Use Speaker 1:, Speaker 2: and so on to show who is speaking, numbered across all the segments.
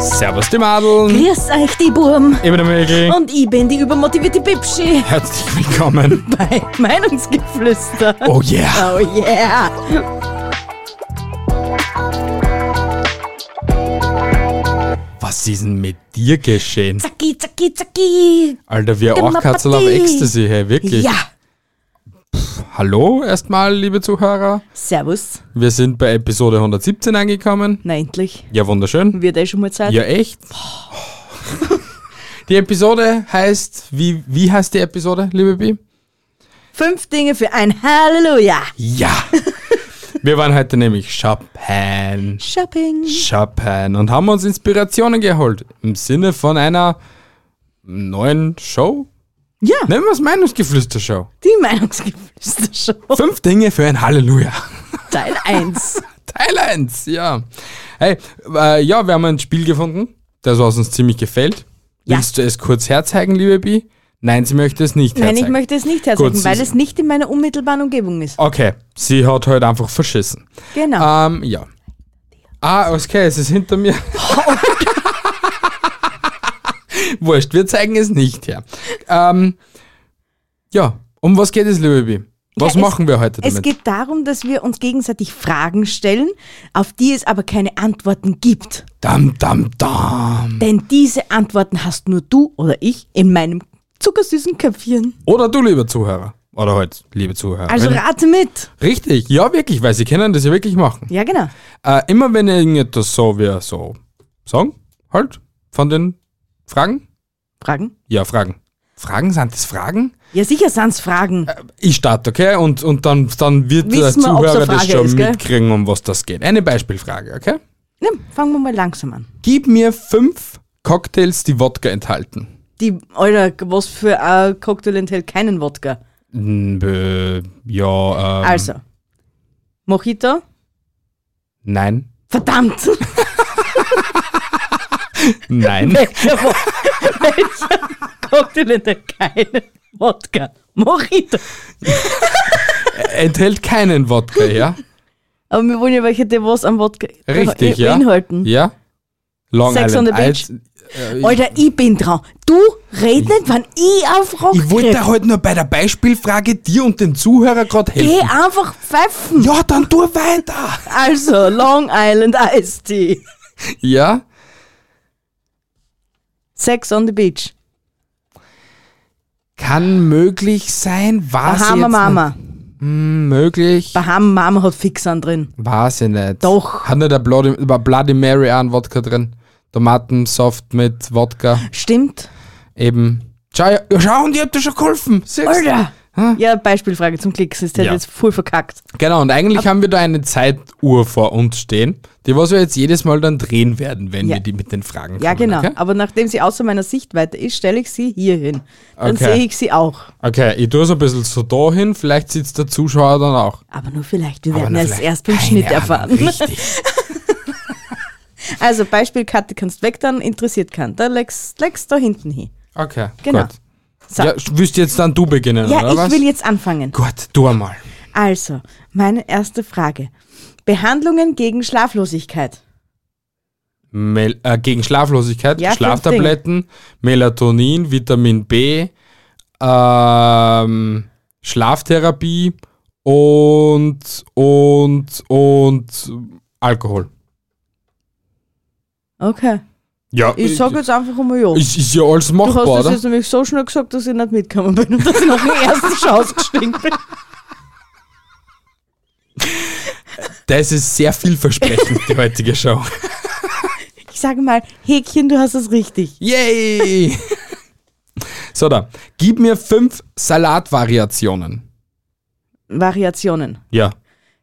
Speaker 1: Servus die Madeln.
Speaker 2: Grüß euch, die Burm.
Speaker 1: Ich bin der Mägel.
Speaker 2: Und ich bin die übermotivierte Bibschi
Speaker 1: Herzlich willkommen.
Speaker 2: bei Meinungsgeflüster.
Speaker 1: Oh yeah.
Speaker 2: Oh yeah.
Speaker 1: Was ist denn mit dir geschehen?
Speaker 2: Zacki, zacki, zacki.
Speaker 1: Alter, wir auch
Speaker 2: Immer
Speaker 1: Katzel auf
Speaker 2: Party.
Speaker 1: Ecstasy, hey, wirklich.
Speaker 2: Ja.
Speaker 1: Hallo erstmal, liebe Zuhörer.
Speaker 2: Servus.
Speaker 1: Wir sind bei Episode 117 angekommen.
Speaker 2: Na endlich.
Speaker 1: Ja, wunderschön.
Speaker 2: Wird eh schon mal Zeit.
Speaker 1: Ja, echt. Die Episode heißt, wie, wie heißt die Episode, liebe Bi?
Speaker 2: Fünf Dinge für ein Halleluja.
Speaker 1: Ja. Wir waren heute nämlich shoppen.
Speaker 2: Shopping.
Speaker 1: Chopin und haben uns Inspirationen geholt im Sinne von einer neuen Show.
Speaker 2: Ja,
Speaker 1: Nennen wir es Meinungsgeflüster-Show.
Speaker 2: die Meinungsgeflüster-Show.
Speaker 1: Fünf Dinge für ein Halleluja.
Speaker 2: Teil 1.
Speaker 1: Teil 1, ja. Hey, äh, ja, wir haben ein Spiel gefunden, das was uns ziemlich gefällt.
Speaker 2: Ja.
Speaker 1: Willst du es kurz herzeigen, liebe Bi? Nein, sie möchte es nicht
Speaker 2: Nein,
Speaker 1: herzeigen.
Speaker 2: ich möchte es nicht
Speaker 1: Gut,
Speaker 2: herzeigen,
Speaker 1: sie- Ah,
Speaker 2: weil es nicht in meiner unmittelbaren Umgebung ist.
Speaker 1: Okay, sie hat heute einfach verschissen.
Speaker 2: Genau.
Speaker 1: Ähm, ja. Ah, okay, es ist hinter mir. Wurscht, wir zeigen es nicht her. Ähm, ja, um was geht es, liebe Bi? Was
Speaker 2: Ja, es-
Speaker 1: machen wir heute damit?
Speaker 2: Es geht darum, dass wir uns gegenseitig Fragen stellen, auf die es aber keine Antworten gibt.
Speaker 1: dam, dam, dam.
Speaker 2: Denn diese Antworten hast nur du oder ich in meinem zuckersüßen Köpfchen.
Speaker 1: Oder du, lieber Zuhörer. Oder halt, liebe Zuhörer.
Speaker 2: Also rate mit.
Speaker 1: Richtig, ja, wirklich, weil sie können das ja wirklich machen.
Speaker 2: Ja, genau.
Speaker 1: Äh, immer wenn irgendetwas so wir so sagen, halt, von den Fragen?
Speaker 2: Fragen?
Speaker 1: Ja, Fragen. Fragen sind das Fragen?
Speaker 2: Ja, sicher sind's Fragen.
Speaker 1: Ich starte, okay? Und, und dann, dann wird der
Speaker 2: Wissen wir, ob's
Speaker 1: Zuhörer
Speaker 2: eine
Speaker 1: das
Speaker 2: Frage
Speaker 1: schon
Speaker 2: ist, gell?
Speaker 1: mitkriegen, um was das geht. Eine Beispielfrage, okay?
Speaker 2: Na, fangen wir mal langsam an.
Speaker 1: Gib mir fünf Cocktails, die Wodka enthalten.
Speaker 2: Die, Alter, was für ein Cocktail enthält keinen Wodka.
Speaker 1: Hm, äh, Ja, ähm,
Speaker 2: Also, Mojito?
Speaker 1: nein,
Speaker 2: Verdammt!
Speaker 1: nein,
Speaker 2: Welcher Wo- welcher Cocktail enthält keinen Wodka? Mojito!
Speaker 1: enthält keinen Wodka, ja?
Speaker 2: Aber wir wollen ja welche, die was am Wodka äh,
Speaker 1: Richtig, ja?
Speaker 2: beinhalten.
Speaker 1: Ja? Long
Speaker 2: Sex on
Speaker 1: Island
Speaker 2: the Beach.
Speaker 1: Ice.
Speaker 2: Alter, ich bin dran. Du red nicht, wann ich auf Rock
Speaker 1: Ich wollte
Speaker 2: krieg.
Speaker 1: heute nur bei der Beispielfrage dir und den Zuhörer gerade
Speaker 2: Geh
Speaker 1: helfen.
Speaker 2: einfach pfeifen.
Speaker 1: Ja, dann tu weiter.
Speaker 2: Also, Long Island Ice Tea.
Speaker 1: Ja?
Speaker 2: Sex on the Beach.
Speaker 1: Kann möglich sein, was
Speaker 2: Bahama
Speaker 1: jetzt
Speaker 2: Mama.
Speaker 1: Hm, möglich.
Speaker 2: Bahama Mama hat fix einen drin.
Speaker 1: Weiß ich nicht.
Speaker 2: Doch.
Speaker 1: Hat nicht der Bloody, der Bloody Mary auch einen Wodka drin? Tomatensaft mit Wodka.
Speaker 2: Stimmt.
Speaker 1: Eben. Schau, ja, schau und ich hab dir schon geholfen. Siehst?
Speaker 2: Alter. Hm? Ja, Beispielfrage zum Klicks. Das hätte
Speaker 1: Ja.
Speaker 2: jetzt voll verkackt.
Speaker 1: Genau, und eigentlich haben wir da eine Zeituhr vor uns stehen, die was wir jetzt jedes Mal dann drehen werden, wenn
Speaker 2: Ja.
Speaker 1: wir die mit den Fragen
Speaker 2: Ja,
Speaker 1: kommen,
Speaker 2: genau.
Speaker 1: Okay?
Speaker 2: Aber nachdem sie außer meiner Sichtweite ist, stelle ich sie hier hin. Dann
Speaker 1: Okay.
Speaker 2: sehe ich sie auch.
Speaker 1: okay, ich tue es ein bisschen so dahin, vielleicht sitzt der Zuschauer dann auch.
Speaker 2: Aber nur vielleicht. Wir
Speaker 1: Aber
Speaker 2: werden
Speaker 1: na,
Speaker 2: es
Speaker 1: vielleicht-
Speaker 2: erst beim
Speaker 1: keine
Speaker 2: Schnitt
Speaker 1: Ahnung,
Speaker 2: erfahren.
Speaker 1: Richtig.
Speaker 2: Also Beispielkarte kannst weg, dann interessiert kann. Da legst legst da hinten hin.
Speaker 1: Okay,
Speaker 2: Genau.
Speaker 1: gut.
Speaker 2: So.
Speaker 1: Ja, willst jetzt dann du beginnen,
Speaker 2: Ja,
Speaker 1: oder
Speaker 2: ich
Speaker 1: was?
Speaker 2: will jetzt anfangen.
Speaker 1: Gut, du einmal.
Speaker 2: Also, meine erste Frage. Behandlungen gegen Schlaflosigkeit.
Speaker 1: Mel äh, gegen Schlaflosigkeit,
Speaker 2: Ja, fünf
Speaker 1: Schlaftabletten, Melatonin, Vitamin B, ähm, Schlaftherapie und, und, und Alkohol.
Speaker 2: Okay.
Speaker 1: Ja,
Speaker 2: Ich sage jetzt einfach einmal ja.
Speaker 1: ist, ist ja alles
Speaker 2: du hast
Speaker 1: machbar,
Speaker 2: das
Speaker 1: oder?
Speaker 2: jetzt nämlich so schnell gesagt, dass ich nicht mitgekommen bin und dass ich nach dem ersten schon ausgestiegen bin.
Speaker 1: Das ist sehr vielversprechend, die heutige Show.
Speaker 2: Ich sage mal, Häkchen, du hast es richtig.
Speaker 1: Yay! So, da. Gib mir fünf Salatvariationen.
Speaker 2: Variationen.
Speaker 1: Ja.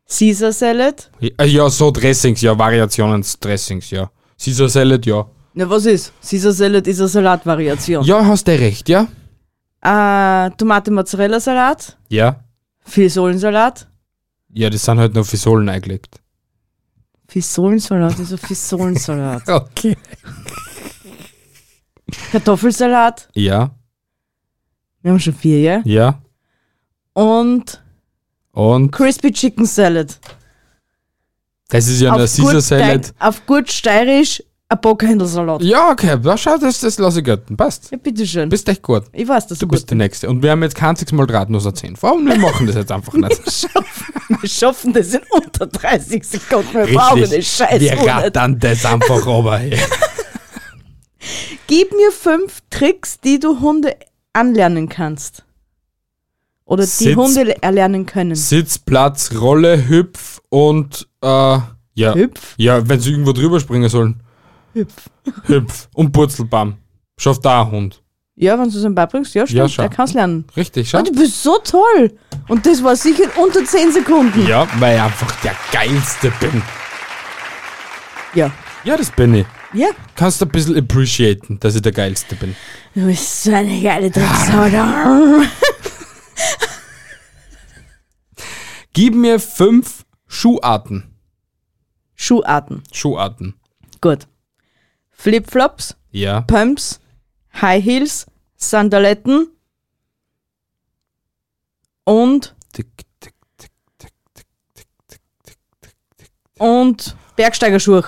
Speaker 2: Caesar Salad.
Speaker 1: Ja, Ja, so Dressings, ja, Variationen, Dressings, ja. Caesar Salad, ja.
Speaker 2: Na, was ist? Caesar Salad ist eine Salatvariation.
Speaker 1: Ja, hast du recht, ja?
Speaker 2: Äh, Tomate-Mozzarella-Salat.
Speaker 1: Ja.
Speaker 2: Fisolensalat.
Speaker 1: Ja, das sind halt nur Fisolen eingelegt.
Speaker 2: Fisolensalat ist ein Fisolensalat.
Speaker 1: Okay.
Speaker 2: Kartoffelsalat.
Speaker 1: Ja,
Speaker 2: Wir haben schon vier, ja?
Speaker 1: ja.
Speaker 2: Und
Speaker 1: Und
Speaker 2: Crispy Chicken Salad.
Speaker 1: das ist ja nur
Speaker 2: Auf
Speaker 1: Caesar
Speaker 2: gut
Speaker 1: Salad.
Speaker 2: Steir- Auf gut steirisch Ein Bockhändelsalat.
Speaker 1: Ja, okay, da schau, das, das lasse ich gelten. Passt.
Speaker 2: Ja, bitteschön.
Speaker 1: Bist echt gut.
Speaker 2: ich weiß, dass
Speaker 1: Du bist der Nächste. Und wir haben jetzt kein einziges Mal drahtlos erzählen. Warum? Wir machen das jetzt einfach nicht.
Speaker 2: Wir schaffen das in unter 30 Sekunden. Wir brauchen das Scheiß.
Speaker 1: wir rattern das einfach runter. hier.
Speaker 2: Gib mir fünf Tricks, die du Hunde anlernen kannst. Oder die
Speaker 1: Sitz-
Speaker 2: Hunde erlernen können.
Speaker 1: Sitzplatz, Rolle, Hüpf und äh, ja.
Speaker 2: Hüpf.
Speaker 1: Ja, wenn sie irgendwo drüber springen sollen.
Speaker 2: Hüpf.
Speaker 1: Hüpf und Purzelbaum. Schafft da ein Hund.
Speaker 2: Ja, wenn du es ihm beibringst, ja, stimmt,
Speaker 1: schau.
Speaker 2: er kann es lernen.
Speaker 1: Richtig,
Speaker 2: Oh,
Speaker 1: schau.
Speaker 2: du bist so toll. Und das war sicher unter 10 Sekunden.
Speaker 1: Ja, weil ich einfach der Geilste bin.
Speaker 2: Ja.
Speaker 1: Ja, das bin ich.
Speaker 2: Ja.
Speaker 1: Kannst du ein bisschen appreciaten, dass ich der Geilste bin.
Speaker 2: Du bist so eine geile Drecksau. da.
Speaker 1: Gib mir fünf Schuharten.
Speaker 2: Schuharten.
Speaker 1: Schuharten.
Speaker 2: Gut. Flipflops,
Speaker 1: Ja.
Speaker 2: Pumps, High Heels, Sandaletten und,
Speaker 1: Tick, tick, tick, tick.
Speaker 2: und Bergsteigerschuhe.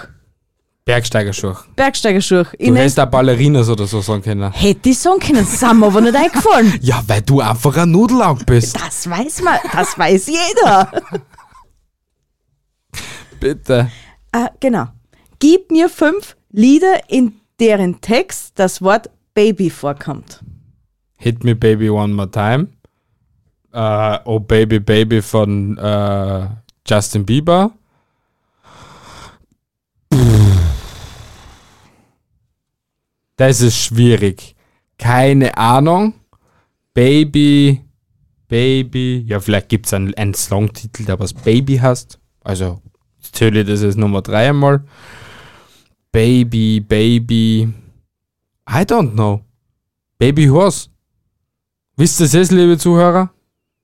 Speaker 1: Bergsteigerschuhe.
Speaker 2: Bergsteigerschuhe. Ich
Speaker 1: Du
Speaker 2: nenn-
Speaker 1: hättest auch Ballerinas oder so sagen können.
Speaker 2: Hätte ich sagen können, sind mir aber nicht eingefallen.
Speaker 1: Ja, weil du einfach ein Nudelauge bist.
Speaker 2: Das weiß man, das weiß jeder.
Speaker 1: Bitte.
Speaker 2: Ah, genau. Gib mir fünf Lieder, in deren Text das Wort Baby vorkommt.
Speaker 1: Hit Me Baby One More Time. Äh, oh Baby Baby von äh, Justin Bieber. Das ist schwierig. Keine Ahnung. Baby, Baby. Ja, vielleicht gibt es einen, einen Songtitel, der was Baby heißt. Also, ich zähle das ist Nummer 3 einmal. Baby, Baby. I don't know. Baby Horse. Wisst ihr es, liebe Zuhörer?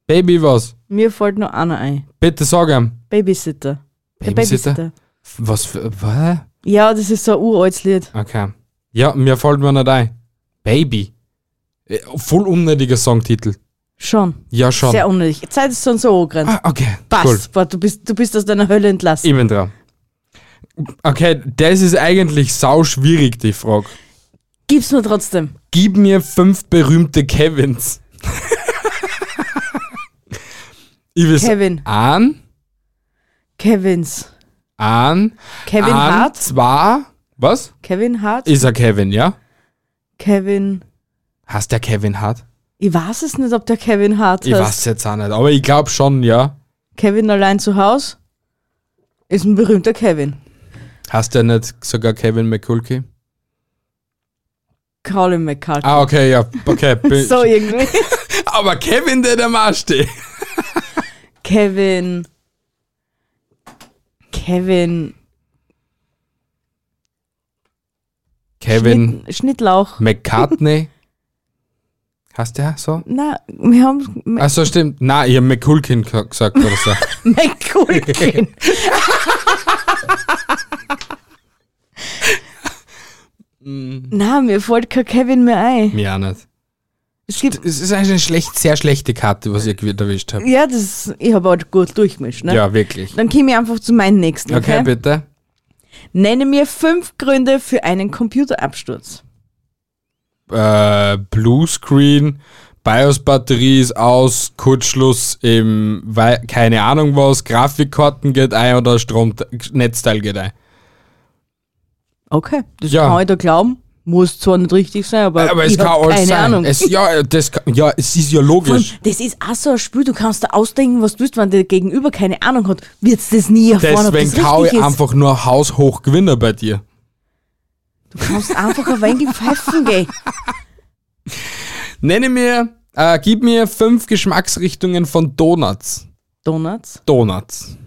Speaker 1: Baby was?
Speaker 2: Mir fällt nur einer ein.
Speaker 1: Bitte sag ihm.
Speaker 2: Babysitter. Der
Speaker 1: Babysitter? Was für. Was?
Speaker 2: Ja, das ist so ein uraltes Lied.
Speaker 1: Okay. Ja, mir fällt mir nicht ein. Baby. Äh, Voll unnötiger Songtitel.
Speaker 2: Schon.
Speaker 1: Ja, schon.
Speaker 2: Sehr unnötig. Die Zeit ist schon so angrenzt.
Speaker 1: ah, okay.
Speaker 2: Passt.
Speaker 1: Cool.
Speaker 2: Boah, du, bist, du bist aus deiner Hölle entlassen.
Speaker 1: Ich bin dran. Okay, das ist eigentlich sau schwierig, die Frage.
Speaker 2: Gib's nur trotzdem.
Speaker 1: Gib mir fünf berühmte Kevins. ich will
Speaker 2: Kevin.
Speaker 1: An,
Speaker 2: Kevins.
Speaker 1: an,
Speaker 2: Kevin
Speaker 1: an,
Speaker 2: Hart.
Speaker 1: Zwar. Was?
Speaker 2: Kevin Hart.
Speaker 1: Ist er Kevin, ja?
Speaker 2: Kevin.
Speaker 1: Hast der Kevin Hart? Ich
Speaker 2: Ich weiß es nicht, ob der Kevin Hart heißt.
Speaker 1: weiß jetzt auch nicht, aber ich glaube schon, ja.
Speaker 2: Kevin allein zu Hause ist ein berühmter Kevin.
Speaker 1: Hast der nicht sogar Kevin McCulkey?
Speaker 2: Colin McCarthy.
Speaker 1: Ah, okay, ja, okay. bin-
Speaker 2: So irgendwie.
Speaker 1: aber Kevin, der der Marsch steht.
Speaker 2: Kevin. Kevin.
Speaker 1: Kevin
Speaker 2: Schnitt, Schnittlauch.
Speaker 1: McCartney. Hast der so?
Speaker 2: Na, wir haben M-
Speaker 1: Achso, stimmt. Na, ihr McCulkin g- gesagt oder so.
Speaker 2: McCulkin.
Speaker 1: Mm.
Speaker 2: Na, mir fällt kein Kevin mehr ein.
Speaker 1: Mir auch nicht.
Speaker 2: Es gibt,
Speaker 1: Es ist eigentlich eine schlecht, sehr schlechte Karte, was ihr gew- erwischt habt.
Speaker 2: ja, das, ich habe halt gut durchgemischt. Ne?
Speaker 1: Ja, wirklich.
Speaker 2: Dann komme ich einfach zu meinem nächsten.
Speaker 1: Okay,
Speaker 2: Okay?
Speaker 1: bitte.
Speaker 2: Nenne mir fünf Gründe für einen Computerabsturz.
Speaker 1: äh, Bluescreen, BIOS-Batterie ist aus, Kurzschluss im, Wei- keine Ahnung was, Grafikkarten geht ein oder Stromnetzteil geht ein.
Speaker 2: Okay, das
Speaker 1: Ja.
Speaker 2: kann ich da glauben. Muss zwar nicht richtig sein, aber,
Speaker 1: Aber
Speaker 2: Äh, ich
Speaker 1: es kann
Speaker 2: hab
Speaker 1: alles
Speaker 2: keine
Speaker 1: sein.
Speaker 2: Ahnung.
Speaker 1: Es, ja, äh, das kann, ja, es ist ja
Speaker 2: Vor allem,
Speaker 1: logisch.
Speaker 2: das ist auch so ein Spiel, du kannst da ausdenken, was du willst, wenn der Gegenüber keine Ahnung hat, wird's das nie erfahren,
Speaker 1: Deswegen
Speaker 2: ob das
Speaker 1: kau ich
Speaker 2: richtig ist.
Speaker 1: einfach nur haushoch Gewinner bei dir.
Speaker 2: Du kannst einfach ein wenig pfeifen gehen.
Speaker 1: Nenne mir, äh, gib mir fünf Geschmacksrichtungen von Donuts.
Speaker 2: Donuts,
Speaker 1: Donuts.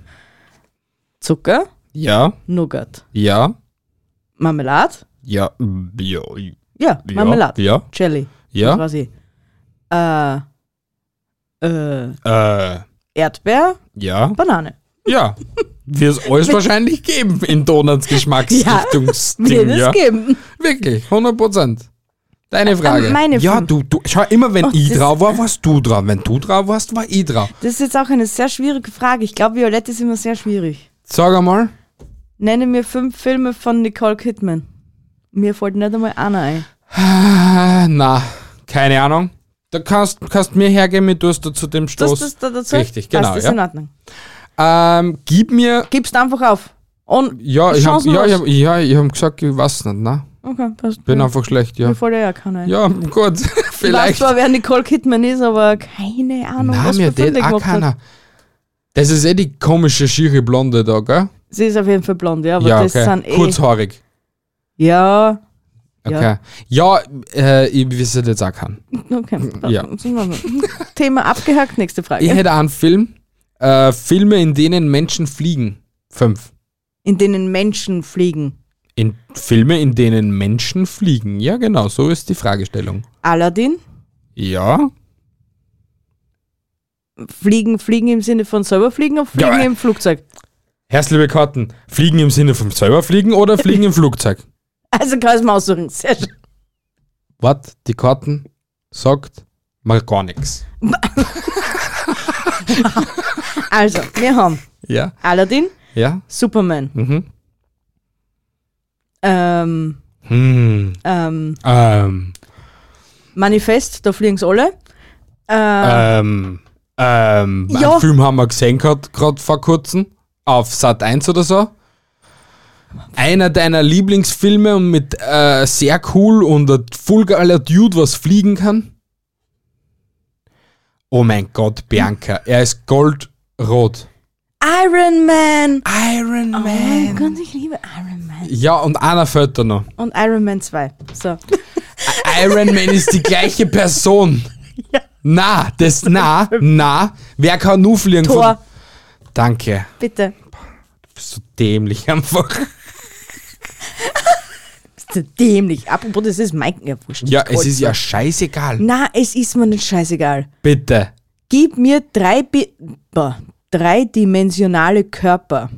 Speaker 2: Zucker,
Speaker 1: Ja,
Speaker 2: Nougat,
Speaker 1: ja,
Speaker 2: Marmelade,
Speaker 1: ja, mm, ja, ja,
Speaker 2: ja, Marmelade,
Speaker 1: ja,
Speaker 2: Jelly, das
Speaker 1: ja,
Speaker 2: weiß ich. Äh, äh,
Speaker 1: äh,
Speaker 2: Erdbeer,
Speaker 1: ja.
Speaker 2: Banane.
Speaker 1: Ja. Wird es alles wahrscheinlich geben in Donuts
Speaker 2: Wird
Speaker 1: Geschmacksrichtungsding.
Speaker 2: es
Speaker 1: ja,
Speaker 2: geben.
Speaker 1: Wirklich, 100 Prozent. Deine Frage.
Speaker 2: Äh, meine
Speaker 1: ja,
Speaker 2: Frage.
Speaker 1: du, du, schau, immer wenn
Speaker 2: Oh,
Speaker 1: ich
Speaker 2: das-
Speaker 1: drauf war, warst du drauf. Wenn du drauf warst, war ich drauf.
Speaker 2: Das ist jetzt auch eine sehr schwierige Frage. Ich glaube, Violett ist immer sehr schwierig.
Speaker 1: Sag einmal,
Speaker 2: Nenne mir fünf Filme von Nicole Kidman. Mir fällt nicht einmal einer ein.
Speaker 1: Ah, Na, keine Ahnung. Da kannst, kannst mir hergeben, mit Durst zu dem
Speaker 2: Das,
Speaker 1: Stoß.
Speaker 2: das, da dazu?
Speaker 1: Richtig, genau,
Speaker 2: Passt, ist
Speaker 1: ja.
Speaker 2: in Ordnung.
Speaker 1: Ähm, gib mir.
Speaker 2: Gibst einfach auf. Und,
Speaker 1: Ja, ich habe
Speaker 2: Chancen
Speaker 1: ja, ich
Speaker 2: aus.
Speaker 1: hab, ja, ich hab gesagt, ich weiß nicht, ne?
Speaker 2: okay, passt.
Speaker 1: Bin
Speaker 2: ja.
Speaker 1: einfach schlecht, ja.
Speaker 2: Mir fällt ja auch keiner ein.
Speaker 1: Ja, gut,
Speaker 2: Ich weiß
Speaker 1: vielleicht.
Speaker 2: zwar, wer Nicole Kidman ist, aber keine Ahnung,
Speaker 1: Nein,
Speaker 2: was
Speaker 1: mir
Speaker 2: für Filme
Speaker 1: tät
Speaker 2: die
Speaker 1: auch
Speaker 2: gemacht hat.
Speaker 1: keiner. Das ist eh die komische, schiere Blonde da, gell?
Speaker 2: Sie ist auf jeden Fall blond, ja, aber
Speaker 1: ja,
Speaker 2: das sind
Speaker 1: okay.
Speaker 2: eh...
Speaker 1: Kurzhaarig.
Speaker 2: Ja,
Speaker 1: Okay. Ja, äh, ich wüsste jetzt auch keinen.
Speaker 2: okay.
Speaker 1: Hm, Ja.
Speaker 2: Sind wir mal- Hm, Thema abgehakt, nächste Frage.
Speaker 1: Ich hätte auch einen Film. Äh, Filme, in denen Menschen fliegen. Fünf.
Speaker 2: In denen Menschen fliegen.
Speaker 1: In Filme, in denen Menschen fliegen. Ja, genau, so ist die Fragestellung.
Speaker 2: Aladdin?
Speaker 1: Ja.
Speaker 2: Fliegen, fliegen im Sinne von selber fliegen oder fliegen
Speaker 1: Ja.
Speaker 2: im Flugzeug?
Speaker 1: Herzlich willkommen. Fliegen im Sinne von selber fliegen oder fliegen im Flugzeug?
Speaker 2: Also kann ich mir aussuchen. Sehr schön.
Speaker 1: Was? Die Karten sagt mal gar nichts.
Speaker 2: Also, wir haben
Speaker 1: Ja?
Speaker 2: Aladdin,
Speaker 1: Ja?
Speaker 2: Superman,
Speaker 1: Mhm.
Speaker 2: ähm,
Speaker 1: Hm.
Speaker 2: ähm,
Speaker 1: Ähm.
Speaker 2: Manifest, da fliegen sie alle. Äh,
Speaker 1: Ähm. Ähm.
Speaker 2: Ja.
Speaker 1: Einen Film haben wir gesehen gehabt, gerade vor kurzem. Auf Sat 1 oder so. Einer deiner Lieblingsfilme und mit äh, sehr cool und ein voll geiler Dude, was fliegen kann. Oh mein Gott, Bianca.
Speaker 2: Hm.
Speaker 1: Er ist goldrot.
Speaker 2: Iron Man!
Speaker 1: Iron
Speaker 2: Oh Gott, ich liebe Iron Man.
Speaker 1: Ja, und einer fällt da noch.
Speaker 2: Und Iron Man 2. So.
Speaker 1: Iron Man ist die gleiche Person.
Speaker 2: Ja.
Speaker 1: Na, das, na, na. Wer kann nur fliegen?
Speaker 2: Tor,
Speaker 1: Danke.
Speaker 2: bitte.
Speaker 1: Bist du dämlich einfach.
Speaker 2: Bist du dämlich. Apropos, das ist Mike ja wurscht.
Speaker 1: Ja,
Speaker 2: Cool.
Speaker 1: es ist ja scheißegal.
Speaker 2: Na, es ist mir nicht scheißegal.
Speaker 1: Bitte.
Speaker 2: Gib mir drei, Bi boah, dreidimensionale Körper.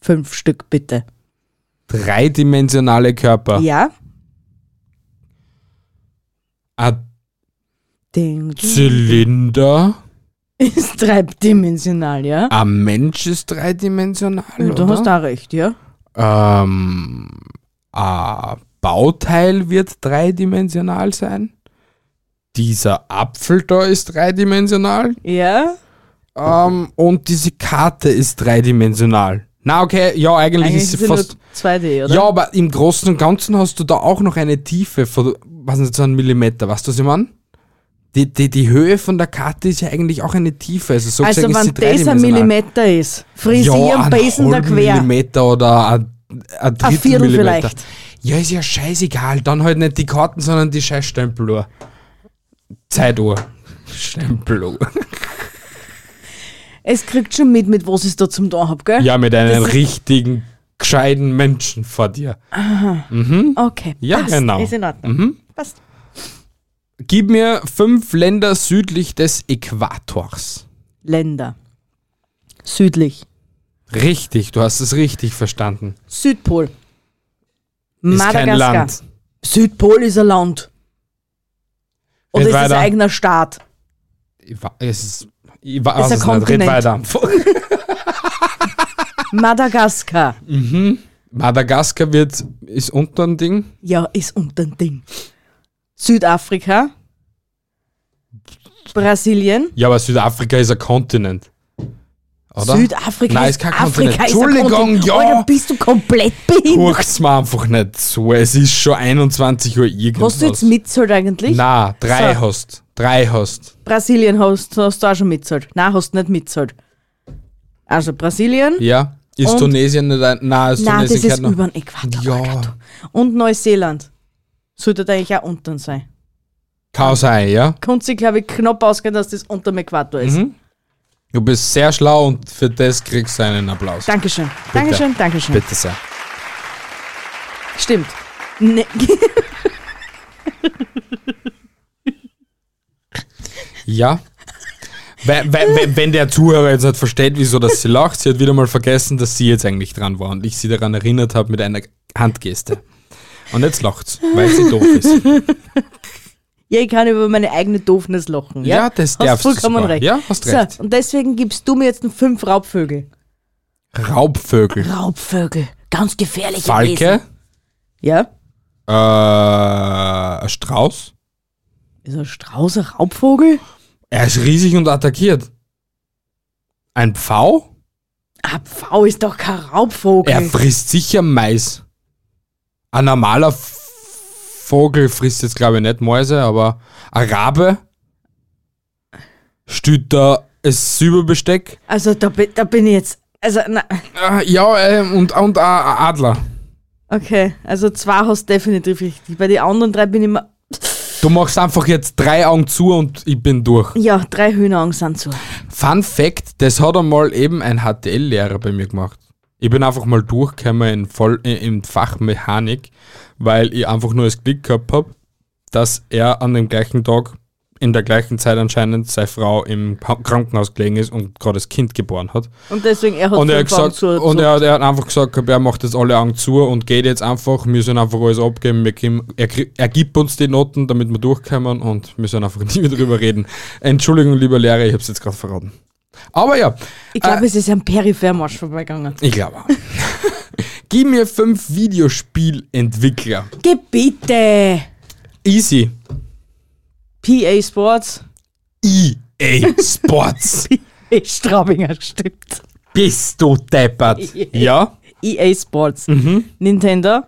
Speaker 2: Fünf Stück bitte.
Speaker 1: Dreidimensionale Körper.
Speaker 2: Ja?
Speaker 1: Ein
Speaker 2: Ding, ding.
Speaker 1: Zylinder.
Speaker 2: Ist dreidimensional, ja?
Speaker 1: Ein Mensch ist dreidimensional.
Speaker 2: Ja,
Speaker 1: oder?
Speaker 2: du hast da recht, ja?
Speaker 1: Ähm, ein Bauteil wird dreidimensional sein. Dieser Apfel da ist dreidimensional.
Speaker 2: Ja?
Speaker 1: Ähm, und diese Karte ist dreidimensional. Na, okay, ja, eigentlich,
Speaker 2: Eigentlich
Speaker 1: ist sie
Speaker 2: sind
Speaker 1: fast.
Speaker 2: nur 2D, oder?
Speaker 1: Ja, aber im Großen und Ganzen hast du da auch noch eine Tiefe von, was nicht, so einen Millimeter, weißt du, was ich meine? Die, die, die Höhe von der Karte ist ja eigentlich auch eine Tiefe. Also, so
Speaker 2: also
Speaker 1: gesehen ist
Speaker 2: wenn
Speaker 1: sie
Speaker 2: das ein
Speaker 1: dreidimensional.
Speaker 2: Millimeter ist, frisieren,
Speaker 1: einen
Speaker 2: beißen da
Speaker 1: halben
Speaker 2: quer.
Speaker 1: Millimeter oder ein, ein Drittel
Speaker 2: Ein Viertel
Speaker 1: Millimeter.
Speaker 2: vielleicht.
Speaker 1: Ja, ist ja scheißegal. Dann halt nicht die Karten, sondern die scheiß Stempeluhr. Zeituhr. Stempeluhr.
Speaker 2: Es kriegt schon mit, mit was ich da zum Tor hab, gell?
Speaker 1: Ja, mit einem
Speaker 2: Das-
Speaker 1: richtigen, gescheiten Menschen vor dir.
Speaker 2: Okay.
Speaker 1: Ja,
Speaker 2: passt.
Speaker 1: genau.
Speaker 2: Ist in Ordnung. Passt.
Speaker 1: Gib mir fünf Länder südlich des Äquators.
Speaker 2: Länder. Südlich.
Speaker 1: Richtig, du hast es richtig verstanden.
Speaker 2: Südpol.
Speaker 1: Ist kein Land.
Speaker 2: Südpol ist ein Land. Oder
Speaker 1: Red
Speaker 2: ist es
Speaker 1: weiter.
Speaker 2: ein eigener Staat?
Speaker 1: Ich wa- Es ist, ich wa- weiß es
Speaker 2: ein
Speaker 1: nicht. Red
Speaker 2: Kontinent.
Speaker 1: weiter.
Speaker 2: Madagaskar.
Speaker 1: Madagaskar wird, ist unter ein Ding.
Speaker 2: Ja, ist unter dem Ding. Südafrika. Brasilien.
Speaker 1: Ja, aber Südafrika ist ein Kontinent. Oder?
Speaker 2: Südafrika
Speaker 1: Nein, ist
Speaker 2: ist
Speaker 1: kein
Speaker 2: Afrika.
Speaker 1: Kontinent.
Speaker 2: Ist ein
Speaker 1: Entschuldigung,
Speaker 2: Kontinent.
Speaker 1: ja.
Speaker 2: Alter, bist du komplett behindert?
Speaker 1: Guckt's mir einfach nicht so. Es ist schon 21 Uhr irgendwas.
Speaker 2: Hast du jetzt mitzahlt eigentlich?
Speaker 1: Na, drei
Speaker 2: So.
Speaker 1: hast. Drei hast.
Speaker 2: Brasilien hast, hast du auch schon mitzahlt. Nein, hast du nicht mitzahlt. Also Brasilien.
Speaker 1: Ja. Ist
Speaker 2: Und-
Speaker 1: Tunesien nicht ein. Nein, ist
Speaker 2: Nein, das
Speaker 1: Tunesien
Speaker 2: ist
Speaker 1: kein-
Speaker 2: über den Äquator.
Speaker 1: Ja,
Speaker 2: Und Neuseeland. Sollte da eigentlich auch unten sein.
Speaker 1: kann sein, ja.
Speaker 2: Konnte sich, glaube ich, knapp ausgehen, dass das unter dem Äquator ist.
Speaker 1: Mhm. Du bist sehr schlau und für das kriegst du einen Applaus.
Speaker 2: Dankeschön. Dankeschön, Dankeschön.
Speaker 1: Bitte sehr.
Speaker 2: Stimmt. Ne
Speaker 1: Ja. We- we- we- Wenn der Zuhörer jetzt nicht versteht, wieso das sie lacht, sie hat wieder mal vergessen, dass sie jetzt eigentlich dran war und ich sie daran erinnert habe mit einer Handgeste. Und jetzt lacht's, weil sie doof ist.
Speaker 2: ja, ich kann über meine eigene Doofness lachen. Ja,
Speaker 1: Ja, das
Speaker 2: hast
Speaker 1: darfst du
Speaker 2: vollkommen
Speaker 1: sogar.
Speaker 2: recht.
Speaker 1: Ja, hast recht.
Speaker 2: So, und deswegen gibst du mir jetzt einen fünf Raubvögel.
Speaker 1: Raubvögel.
Speaker 2: Raubvögel. Ganz gefährliche Wesen.
Speaker 1: Falke,
Speaker 2: Ja.
Speaker 1: Äh, ein Strauß?
Speaker 2: Ist ein Strauß ein Raubvogel?
Speaker 1: Er ist riesig und attackiert. Ein Pfau?
Speaker 2: Ah, Pfau ist doch kein Raubvogel.
Speaker 1: Er frisst sicher Mais. Ein normaler F Vogel frisst jetzt, glaube ich, nicht Mäuse, aber ein Rabe stüt da ein Silberbesteck.
Speaker 2: also da, bin- da bin ich jetzt. Also, na,
Speaker 1: Äh, Ja, äh, und, und ein Adler.
Speaker 2: okay, also zwei hast du definitiv richtig. Bei den anderen drei bin ich immer.
Speaker 1: Du machst einfach jetzt drei Augen zu und ich bin durch.
Speaker 2: Ja, drei Hühneraugen sind so.
Speaker 1: Fun Fact, das hat einmal eben ein HTL-Lehrer bei mir gemacht. Ich bin einfach mal durchgekommen in voll, äh, im Fach Mechanik, weil ich einfach nur das Glück gehabt habe, dass er an dem gleichen Tag, in der gleichen Zeit anscheinend, seine Frau im Pa- Krankenhaus gelegen ist und gerade das Kind geboren hat.
Speaker 2: Und deswegen, er hat
Speaker 1: Und er, hat
Speaker 2: fünf Augen
Speaker 1: gesagt,
Speaker 2: zu.
Speaker 1: und
Speaker 2: zu-
Speaker 1: er, hat- er hat einfach gesagt, gehabt, er macht jetzt alle Augen zu und geht jetzt einfach, wir sollen einfach alles abgeben, wir kriegen, er, krie- er gibt uns die Noten, damit wir durchkommen und wir sollen einfach nie mehr drüber reden. Entschuldigung, lieber Lehrer, ich hab's jetzt gerade verraten. Aber ja,
Speaker 2: ich
Speaker 1: Ah.
Speaker 2: glaube, es ist am Periphermarsch vorbeigegangen.
Speaker 1: ich glaube auch. Gib mir fünf Videospielentwickler.
Speaker 2: Geh bitte!
Speaker 1: Easy.
Speaker 2: PA Sports.
Speaker 1: EA E Sports.
Speaker 2: Straubinger stimmt.
Speaker 1: Bist du deppert? Ja?
Speaker 2: EA E Sports. Nintendo.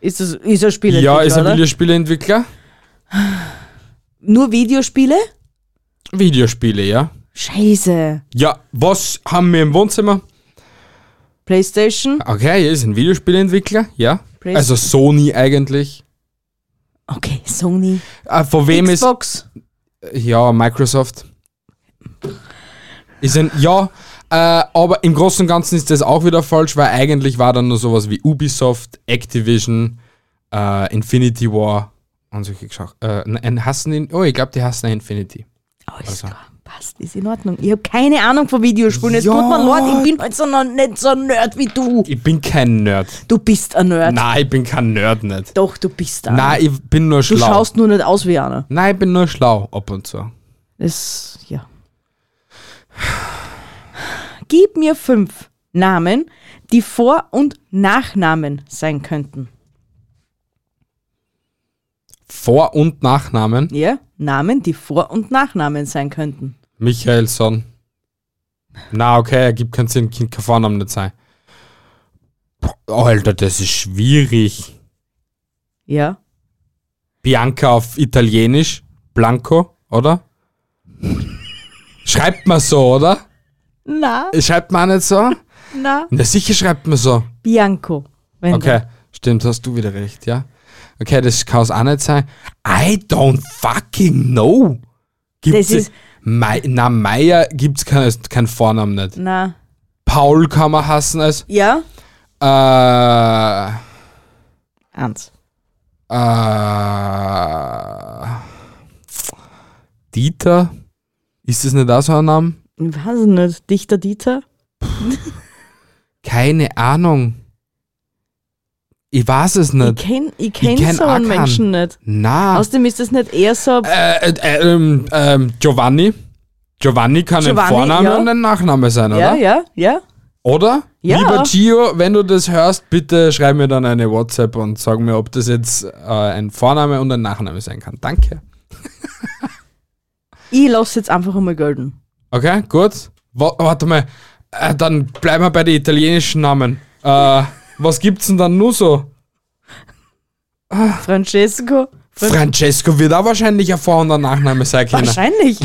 Speaker 2: Ist das ist ein Spiel?
Speaker 1: Mhm. Ja, ist ein Videospielentwickler.
Speaker 2: Nur Videospiele?
Speaker 1: Videospiele, ja.
Speaker 2: Scheiße.
Speaker 1: Ja, was haben wir im Wohnzimmer?
Speaker 2: PlayStation.
Speaker 1: Okay, er ist ein Videospielentwickler, ja.
Speaker 2: Play-
Speaker 1: Also Sony eigentlich. Ah.
Speaker 2: Okay, Sony.
Speaker 1: Äh, von wem
Speaker 2: Xbox.
Speaker 1: ist. Ja, Microsoft. Ist ein. Ja, äh, aber im Großen und Ganzen ist das auch wieder falsch, weil eigentlich war dann nur sowas wie Ubisoft, Activision, äh, Infinity War und solche Geschichten. Äh, nein, hassen ihn. Oh, ich glaube, die hassen Infinity.
Speaker 2: Alles klar. Passt, ist in Ordnung. Ich habe keine Ahnung von Videospielen. Es
Speaker 1: Ja.
Speaker 2: tut mir leid, ich bin halt so noch nicht so ein Nerd wie du.
Speaker 1: Ich bin kein Nerd.
Speaker 2: Du bist ein Nerd.
Speaker 1: Nein, ich bin kein Nerd nicht.
Speaker 2: Doch, du bist ein.
Speaker 1: Nein, ich bin nur
Speaker 2: du
Speaker 1: schlau.
Speaker 2: schaust nur nicht aus wie einer.
Speaker 1: Nein, ich bin nur schlau ab und zu.
Speaker 2: Das, ja. Gib mir fünf Namen, die Vor- und Nachnamen sein könnten.
Speaker 1: Vor- und Nachnamen.
Speaker 2: Ja, Namen, die Vor- und Nachnamen sein könnten.
Speaker 1: Michaelson. Na, okay, er gibt keinen Sinn, Kind kann Vornamen nicht sein. Boah, Alter, das ist schwierig.
Speaker 2: Ja.
Speaker 1: Bianca auf Italienisch, Blanco, oder? Schreibt man so, oder?
Speaker 2: Na,
Speaker 1: Schreibt man auch nicht so?
Speaker 2: na.
Speaker 1: Na, sicher schreibt man so.
Speaker 2: Bianco. Wenn
Speaker 1: Okay, stimmt, hast du wieder recht, ja? Okay, das kann es auch nicht sein. I don't fucking know. Gibt's
Speaker 2: Das ist-
Speaker 1: Mei Na, Meier gibt's keinen kein Vornamen nicht.
Speaker 2: du- Na.
Speaker 1: Paul kann man hassen als
Speaker 2: Ja?
Speaker 1: Äh,
Speaker 2: Eins.
Speaker 1: äh, Dieter? Ist das nicht auch so ein Name?
Speaker 2: Ich weiß es nicht. Dichter Dieter?
Speaker 1: Keine Ahnung. Ich weiß es
Speaker 2: Ich
Speaker 1: nicht.
Speaker 2: kenn, ich kenn,
Speaker 1: kenn
Speaker 2: so
Speaker 1: auch
Speaker 2: einen
Speaker 1: keinen.
Speaker 2: Menschen nicht.
Speaker 1: Na.
Speaker 2: Außerdem ist das nicht eher so.
Speaker 1: Äh, äh, ähm, ähm, Giovanni? Giovanni kann ein
Speaker 2: Giovanni,
Speaker 1: Vorname
Speaker 2: ja.
Speaker 1: und ein Nachname sein, oder?
Speaker 2: ja, ja, ja.
Speaker 1: Oder?
Speaker 2: Ja.
Speaker 1: Lieber Gio, wenn du das hörst, bitte schreib mir dann eine WhatsApp und sag mir, ob das jetzt äh, ein Vorname und ein Nachname sein kann. Danke.
Speaker 2: Ich lasse jetzt einfach einmal gelten.
Speaker 1: Okay, gut. Wa- warte mal, äh, dann bleiben wir bei den italienischen Namen. Äh, was gibt's denn dann nur so?
Speaker 2: Francesco.
Speaker 1: Francesco wird auch wahrscheinlich ein Vor- und ein Nachname sein können.
Speaker 2: Wahrscheinlich.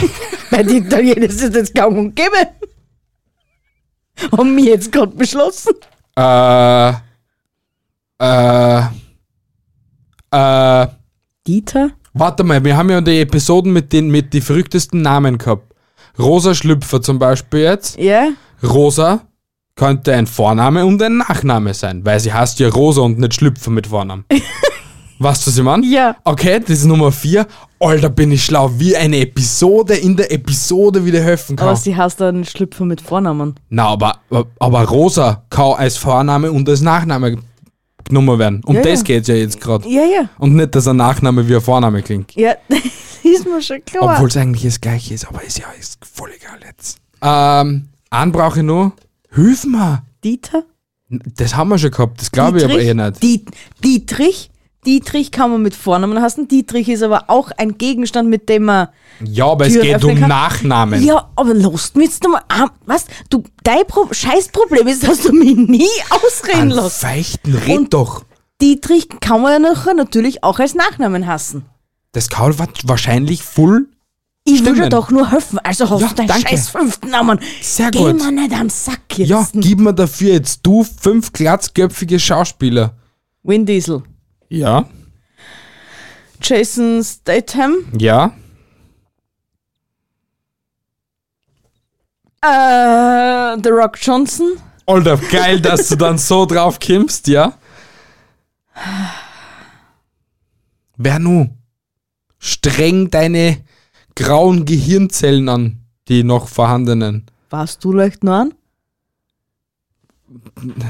Speaker 2: Bei den Italienern ist es jetzt kaum und gäbe. Haben wir jetzt gerade beschlossen.
Speaker 1: Äh, äh, äh,
Speaker 2: Dieter?
Speaker 1: warte mal, wir haben ja die Episoden mit den mit die verrücktesten Namen gehabt. Rosa Schlüpfer zum Beispiel jetzt.
Speaker 2: Ja?
Speaker 1: Rosa könnte ein Vorname und ein Nachname sein, weil sie heißt ja Rosa und nicht Schlüpfer mit Vornamen. weißt du, was ich meine?
Speaker 2: Ja.
Speaker 1: Okay, das ist Nummer 4. Alter, bin ich schlau, wie eine Episode in der Episode wieder helfen kann.
Speaker 2: Aber sie heißt dann Schlüpfer mit Vornamen.
Speaker 1: Na, aber, aber Rosa kann als Vorname und als Nachname genommen werden. Um
Speaker 2: Ja,
Speaker 1: das
Speaker 2: ja.
Speaker 1: geht's ja jetzt gerade.
Speaker 2: Ja, ja.
Speaker 1: Und nicht, dass ein Nachname wie ein Vorname klingt.
Speaker 2: Ja, das ist mir schon klar.
Speaker 1: Obwohl es eigentlich das gleiche ist, aber ist ja ist voll egal jetzt. Ähm, einen brauche ich nur. Hilf mir!
Speaker 2: Dieter?
Speaker 1: Das haben wir schon gehabt, das glaube ich aber eh nicht.
Speaker 2: Diet Dietrich? Dietrich kann man mit Vornamen hassen. Dietrich ist aber auch ein Gegenstand, mit dem man.
Speaker 1: Ja, aber es
Speaker 2: Türen
Speaker 1: geht
Speaker 2: öffnen
Speaker 1: um
Speaker 2: kann.
Speaker 1: Nachnamen.
Speaker 2: Ja, aber los mir jetzt nochmal. Ah, was? Du, dein Pro Scheißproblem ist, dass du mich nie ausreden
Speaker 1: Einen
Speaker 2: lässt.
Speaker 1: Feichten, red
Speaker 2: Und-
Speaker 1: doch.
Speaker 2: Dietrich kann man ja nachher natürlich auch als Nachnamen hassen.
Speaker 1: Das kann wa- wahrscheinlich voll.
Speaker 2: Ich will dir
Speaker 1: Stimmen.
Speaker 2: doch nur helfen, also hast
Speaker 1: Ja,
Speaker 2: du deinen
Speaker 1: danke.
Speaker 2: scheiß fünften Namen.
Speaker 1: Sehr
Speaker 2: Geh
Speaker 1: gut.
Speaker 2: mir nicht am Sack jetzt.
Speaker 1: Ja, gib mir dafür jetzt du fünf glatzköpfige Schauspieler.
Speaker 2: Vin Diesel,
Speaker 1: Ja,
Speaker 2: Jason Statham,
Speaker 1: ja.
Speaker 2: äh, The Rock Johnson,
Speaker 1: Alter, geil, dass du dann so drauf kimmst, ja? Wer nu? Streng deine grauen Gehirnzellen an, die noch vorhandenen.
Speaker 2: Warst du leicht noch an?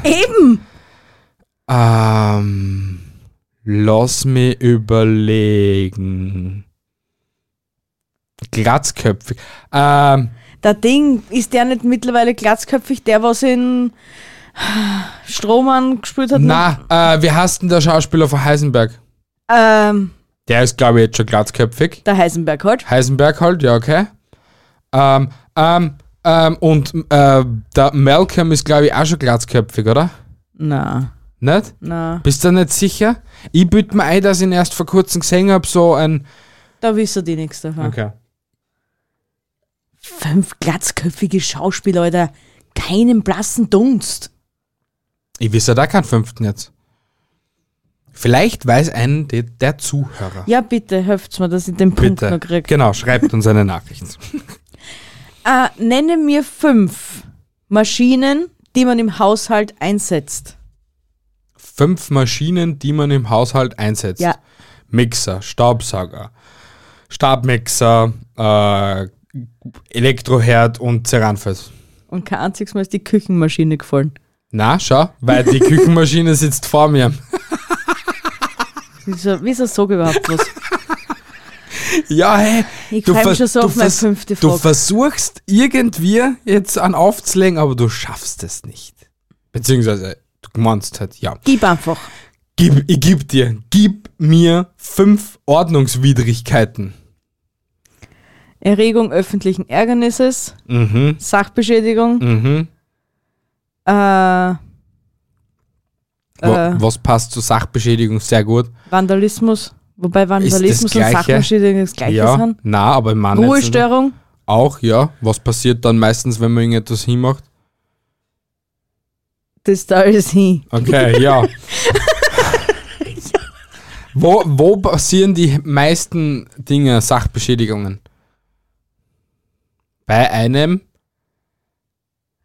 Speaker 2: Eben!
Speaker 1: Ähm, lass mir überlegen. Glatzköpfig. Ähm,
Speaker 2: Der Ding, ist der nicht mittlerweile glatzköpfig, der was in Strohmann gespielt hat?
Speaker 1: na, äh, wie heißt denn der Schauspieler von Heisenberg?
Speaker 2: Ähm,
Speaker 1: Der ist, glaube ich, jetzt schon glatzköpfig.
Speaker 2: der Heisenberg halt.
Speaker 1: Heisenberg halt, ja, okay. Ähm, ähm, ähm, und äh, der Malcolm ist, glaube ich, auch schon glatzköpfig, oder?
Speaker 2: Na,
Speaker 1: Nicht?
Speaker 2: na,
Speaker 1: Bist du nicht sicher? Ich bitte mir ein, dass ich ihn erst vor kurzem gesehen habe, so ein.
Speaker 2: da wissen die nichts davon. Fünf glatzköpfige Schauspieler, Alter. Keinen blassen Dunst.
Speaker 1: Ich wisse da keinen fünften jetzt. Vielleicht weiß einen der, der Zuhörer.
Speaker 2: Ja, bitte, helft's mir, dass ich den Punkt
Speaker 1: Bitte.
Speaker 2: noch krieg.
Speaker 1: Genau, schreibt uns eine Nachricht.
Speaker 2: Äh, nenne mir fünf Maschinen, die man im Haushalt einsetzt.
Speaker 1: Fünf Maschinen, die man im Haushalt einsetzt.
Speaker 2: Ja.
Speaker 1: Mixer, Staubsauger, Stabmixer, äh, Elektroherd und Zeranfes.
Speaker 2: Und kein einziges Mal ist die Küchenmaschine gefallen.
Speaker 1: Na, schau, weil die Küchenmaschine sitzt vor mir.
Speaker 2: Wieso, wieso sag ich überhaupt was?
Speaker 1: Ja, hey.
Speaker 2: Ich freu mich
Speaker 1: vers-
Speaker 2: schon so
Speaker 1: du
Speaker 2: auf meine
Speaker 1: vers-
Speaker 2: fünfte
Speaker 1: Du
Speaker 2: Frage.
Speaker 1: versuchst irgendwie jetzt an aufzulegen, aber du schaffst es nicht. Beziehungsweise, du meinst halt, ja.
Speaker 2: Gib einfach.
Speaker 1: Gib, ich gib dir, gib mir fünf Ordnungswidrigkeiten.
Speaker 2: Erregung öffentlichen Ärgernisses,
Speaker 1: Mhm,
Speaker 2: Sachbeschädigung,
Speaker 1: mhm.
Speaker 2: äh,
Speaker 1: Wo,
Speaker 2: Äh.
Speaker 1: Was passt zur Sachbeschädigung sehr gut?
Speaker 2: Vandalismus, wobei
Speaker 1: das
Speaker 2: Vandalismus und
Speaker 1: Gleiche?
Speaker 2: Sachbeschädigung das gleiche
Speaker 1: ja,
Speaker 2: sind.
Speaker 1: na, aber im Mann
Speaker 2: Ruhestörung,
Speaker 1: auch, ja. Was passiert dann meistens, wenn man irgendetwas hinmacht?
Speaker 2: das da ist hin.
Speaker 1: Okay, ja. Wo, wo passieren die meisten Dinge, Sachbeschädigungen? Bei einem?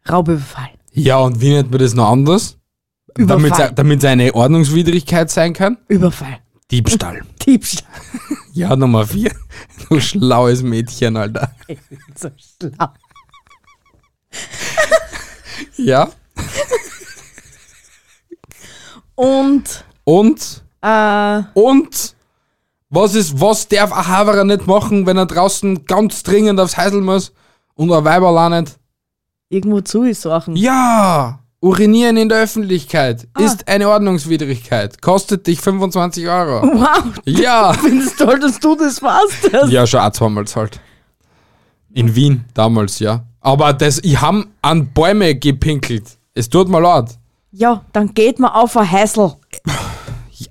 Speaker 2: Raubüberfall.
Speaker 1: Ja, und wie nennt man das noch anders?
Speaker 2: Überfall.
Speaker 1: Damit es eine Ordnungswidrigkeit sein kann?
Speaker 2: Überfall.
Speaker 1: Diebstahl.
Speaker 2: Diebstahl.
Speaker 1: Ja, Nummer vier. Du schlaues Mädchen, Alter.
Speaker 2: So schlau.
Speaker 1: Ja.
Speaker 2: Und
Speaker 1: Und,
Speaker 2: äh,
Speaker 1: und, was ist, was darf ein Haverer nicht machen, wenn er draußen ganz dringend aufs Heisel muss und ein Weiber landet?
Speaker 2: irgendwo zu ist Sachen.
Speaker 1: Ja! Urinieren in der Öffentlichkeit
Speaker 2: Ah.
Speaker 1: ist eine Ordnungswidrigkeit. Kostet dich 25 Euro.
Speaker 2: Wow,
Speaker 1: Ja!
Speaker 2: findest toll, dass du das warst.
Speaker 1: ja, schon auch zweimal halt. In Wien damals, ja. Aber das, ich hab an Bäume gepinkelt. Es tut mir leid.
Speaker 2: Ja, dann geht man auf ein Häusl.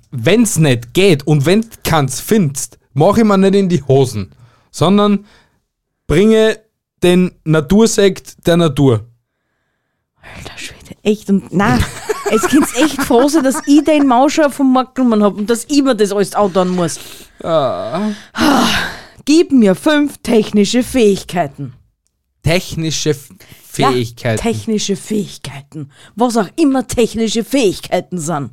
Speaker 1: Wenn's nicht geht und wenn kann's findest, mach ich mir nicht in die Hosen, sondern bringe den Natursekt der Natur.
Speaker 2: Alter Schwede, echt. Und nein, es kann echt froh sein, dass ich den Mauscher vom Markt genommen habe und dass ich mir das alles outdoen muss. Ah. Gib mir fünf technische Fähigkeiten.
Speaker 1: Technische F-
Speaker 2: Ja,
Speaker 1: Fähigkeiten.
Speaker 2: technische Fähigkeiten. Was auch immer technische Fähigkeiten sind.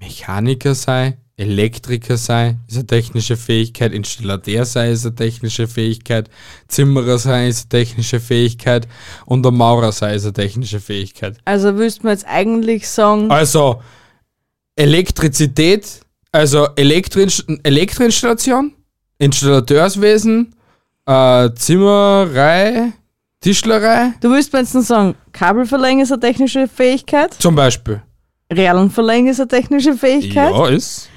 Speaker 1: Mechaniker sei, Elektriker sei, ist eine technische Fähigkeit, Installateur sei, ist eine technische Fähigkeit, Zimmerer sei, ist eine technische Fähigkeit und der Maurer sei, ist eine technische Fähigkeit.
Speaker 2: Also willst du mir jetzt eigentlich sagen,
Speaker 1: Also Elektrizität, also Elektroinst Elektroinstallation, Installateurswesen, äh, Zimmerei, Tischlerei
Speaker 2: du willst mir jetzt nur sagen, Kabelverlängen ist eine technische Fähigkeit?
Speaker 1: zum Beispiel.
Speaker 2: Perlenverlängen ist eine technische Fähigkeit.
Speaker 1: Ja, ist.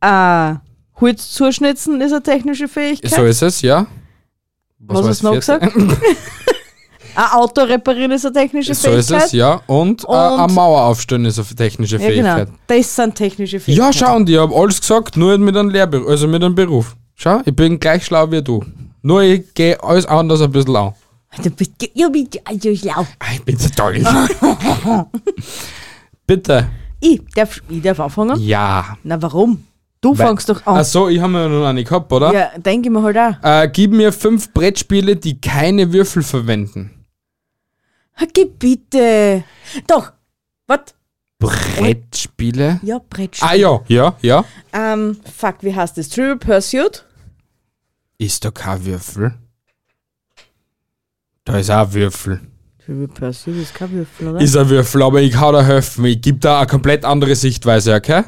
Speaker 2: Äh, Holz zuschnitzen ist eine technische Fähigkeit.
Speaker 1: So ist es, ja.
Speaker 2: Was
Speaker 1: war
Speaker 2: hast
Speaker 1: das
Speaker 2: du noch
Speaker 1: vierte?
Speaker 2: gesagt? ein Ah, Auto reparieren ist eine technische
Speaker 1: So
Speaker 2: Fähigkeit.
Speaker 1: ist es, ja. Und, äh,
Speaker 2: Und-
Speaker 1: eine Mauer aufstellen ist eine technische
Speaker 2: Ja, genau.
Speaker 1: Fähigkeit.
Speaker 2: Das sind technische Fähigkeiten.
Speaker 1: Ja, schau, und ich habe alles gesagt, nur mit einem Lehrberuf, also mit einem Beruf. Schau, ich bin gleich schlau wie du. Nur ich gehe alles anders ein bisschen an.
Speaker 2: Du bist ge- ja, bist du- also ich lauf.
Speaker 1: Ah, Ich bin so toll. Bitte.
Speaker 2: Ich darf, ich darf anfangen?
Speaker 1: Ja.
Speaker 2: Na, warum? Du
Speaker 1: Weil-
Speaker 2: fangst doch an.
Speaker 1: Ach so, ich habe mir noch eine gehabt, oder?
Speaker 2: ja, denke ich mir halt auch.
Speaker 1: Äh, gib mir fünf Brettspiele, die keine Würfel verwenden.
Speaker 2: Geh bitte. Doch. Was?
Speaker 1: Brettspiele?
Speaker 2: Ja, Brettspiel.
Speaker 1: Ah ja, ja, ja.
Speaker 2: Ähm, fuck, wie heißt das? Trivial Pursuit?
Speaker 1: Ist da kein Würfel? Da ist auch ein Würfel.
Speaker 2: Trivial Pursuit ist kein Würfel, oder?
Speaker 1: Ist ein Würfel, aber ich kann da helfen. Ich gebe da eine komplett andere Sichtweise, okay?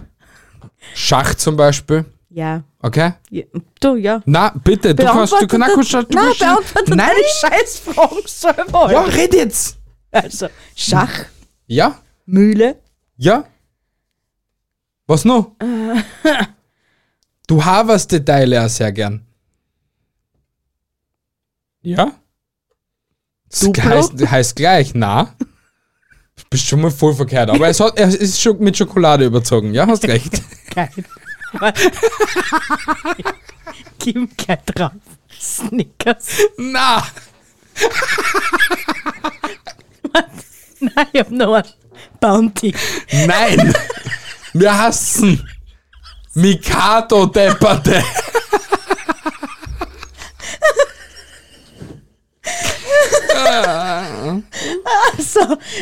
Speaker 1: Schach zum Beispiel,
Speaker 2: ja.
Speaker 1: okay?
Speaker 2: ja. Du, ja.
Speaker 1: Na, bitte, du kannst... Du, na, kannst, du
Speaker 2: Nein,
Speaker 1: kannst,
Speaker 2: beantwortet
Speaker 1: Nein,
Speaker 2: deine Scheißfragen selber.
Speaker 1: ja, red jetzt!
Speaker 2: Also, Schach,
Speaker 1: Ja,
Speaker 2: Mühle,
Speaker 1: ja. Was noch? du haverst die Teile auch sehr gern. Ja? Das
Speaker 2: Duplo?
Speaker 1: heißt, heißt gleich, na. Du bist schon mal voll verkehrt, aber es, hat, es ist schon mit Schokolade überzogen, ja, hast recht.
Speaker 2: kein. Kim kein drauf. Snickers.
Speaker 1: na!
Speaker 2: Nein, ich hab noch einen. Bounty.
Speaker 1: Nein! Wir hassen Mikado Depperte.
Speaker 2: So,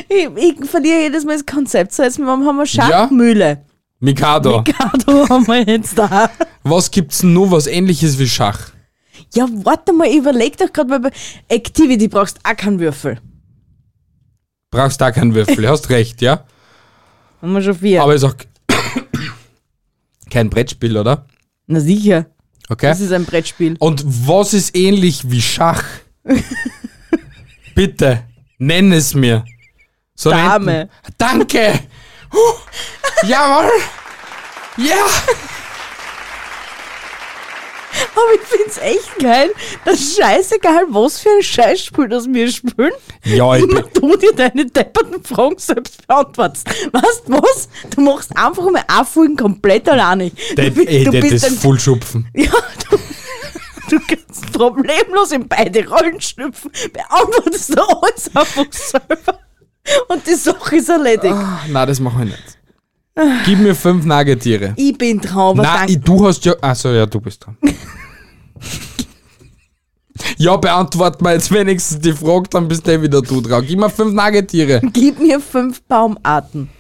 Speaker 2: ich, ich verliere jedes Mal das Konzept. So, jetzt haben wir
Speaker 1: Ja.
Speaker 2: Schach, Mühle.
Speaker 1: Mikado.
Speaker 2: Mikado haben wir jetzt da.
Speaker 1: Was gibt's denn nur was ähnliches wie Schach?
Speaker 2: Ja, warte mal, ich überleg doch gerade mal. bei Activity brauchst auch keinen Würfel.
Speaker 1: Brauchst da keinen Würfel, hast recht, ja?
Speaker 2: Haben wir schon vier.
Speaker 1: Aber ist auch kein Brettspiel, oder?
Speaker 2: Na sicher,
Speaker 1: Okay.
Speaker 2: das ist ein Brettspiel.
Speaker 1: Und was ist ähnlich wie Schach? Bitte, nenn es mir. So
Speaker 2: Dame.
Speaker 1: nennt- Danke. Huh. Jawohl. Ja.
Speaker 2: Aber ich find's echt geil, dass scheißegal, was für ein Scheißspiel das wir spielen,
Speaker 1: Ja, ich bin,
Speaker 2: immer du dir deine depperten Fragen selbst beantwortest. Weißt du was? Du machst einfach mal eine Folge komplett alleine.
Speaker 1: der,
Speaker 2: du, bi-
Speaker 1: ey,
Speaker 2: du
Speaker 1: der,
Speaker 2: bist
Speaker 1: das
Speaker 2: ein...
Speaker 1: Fullschupfen.
Speaker 2: Ja, du, du kannst problemlos in beide Rollen schlüpfen, beantwortest du alles einfach selber und die Sache ist erledigt.
Speaker 1: Na, das machen wir nicht. Gib mir fünf Nagetiere.
Speaker 2: Ich bin dran, aber
Speaker 1: Na,
Speaker 2: danke.
Speaker 1: ich, du hast ja. Achso, ja, du bist dran. ja, beantworten wir jetzt wenigstens die Frage, dann bist du eh wieder du dran. Gib mir fünf Nagetiere.
Speaker 2: Gib mir fünf Baumarten.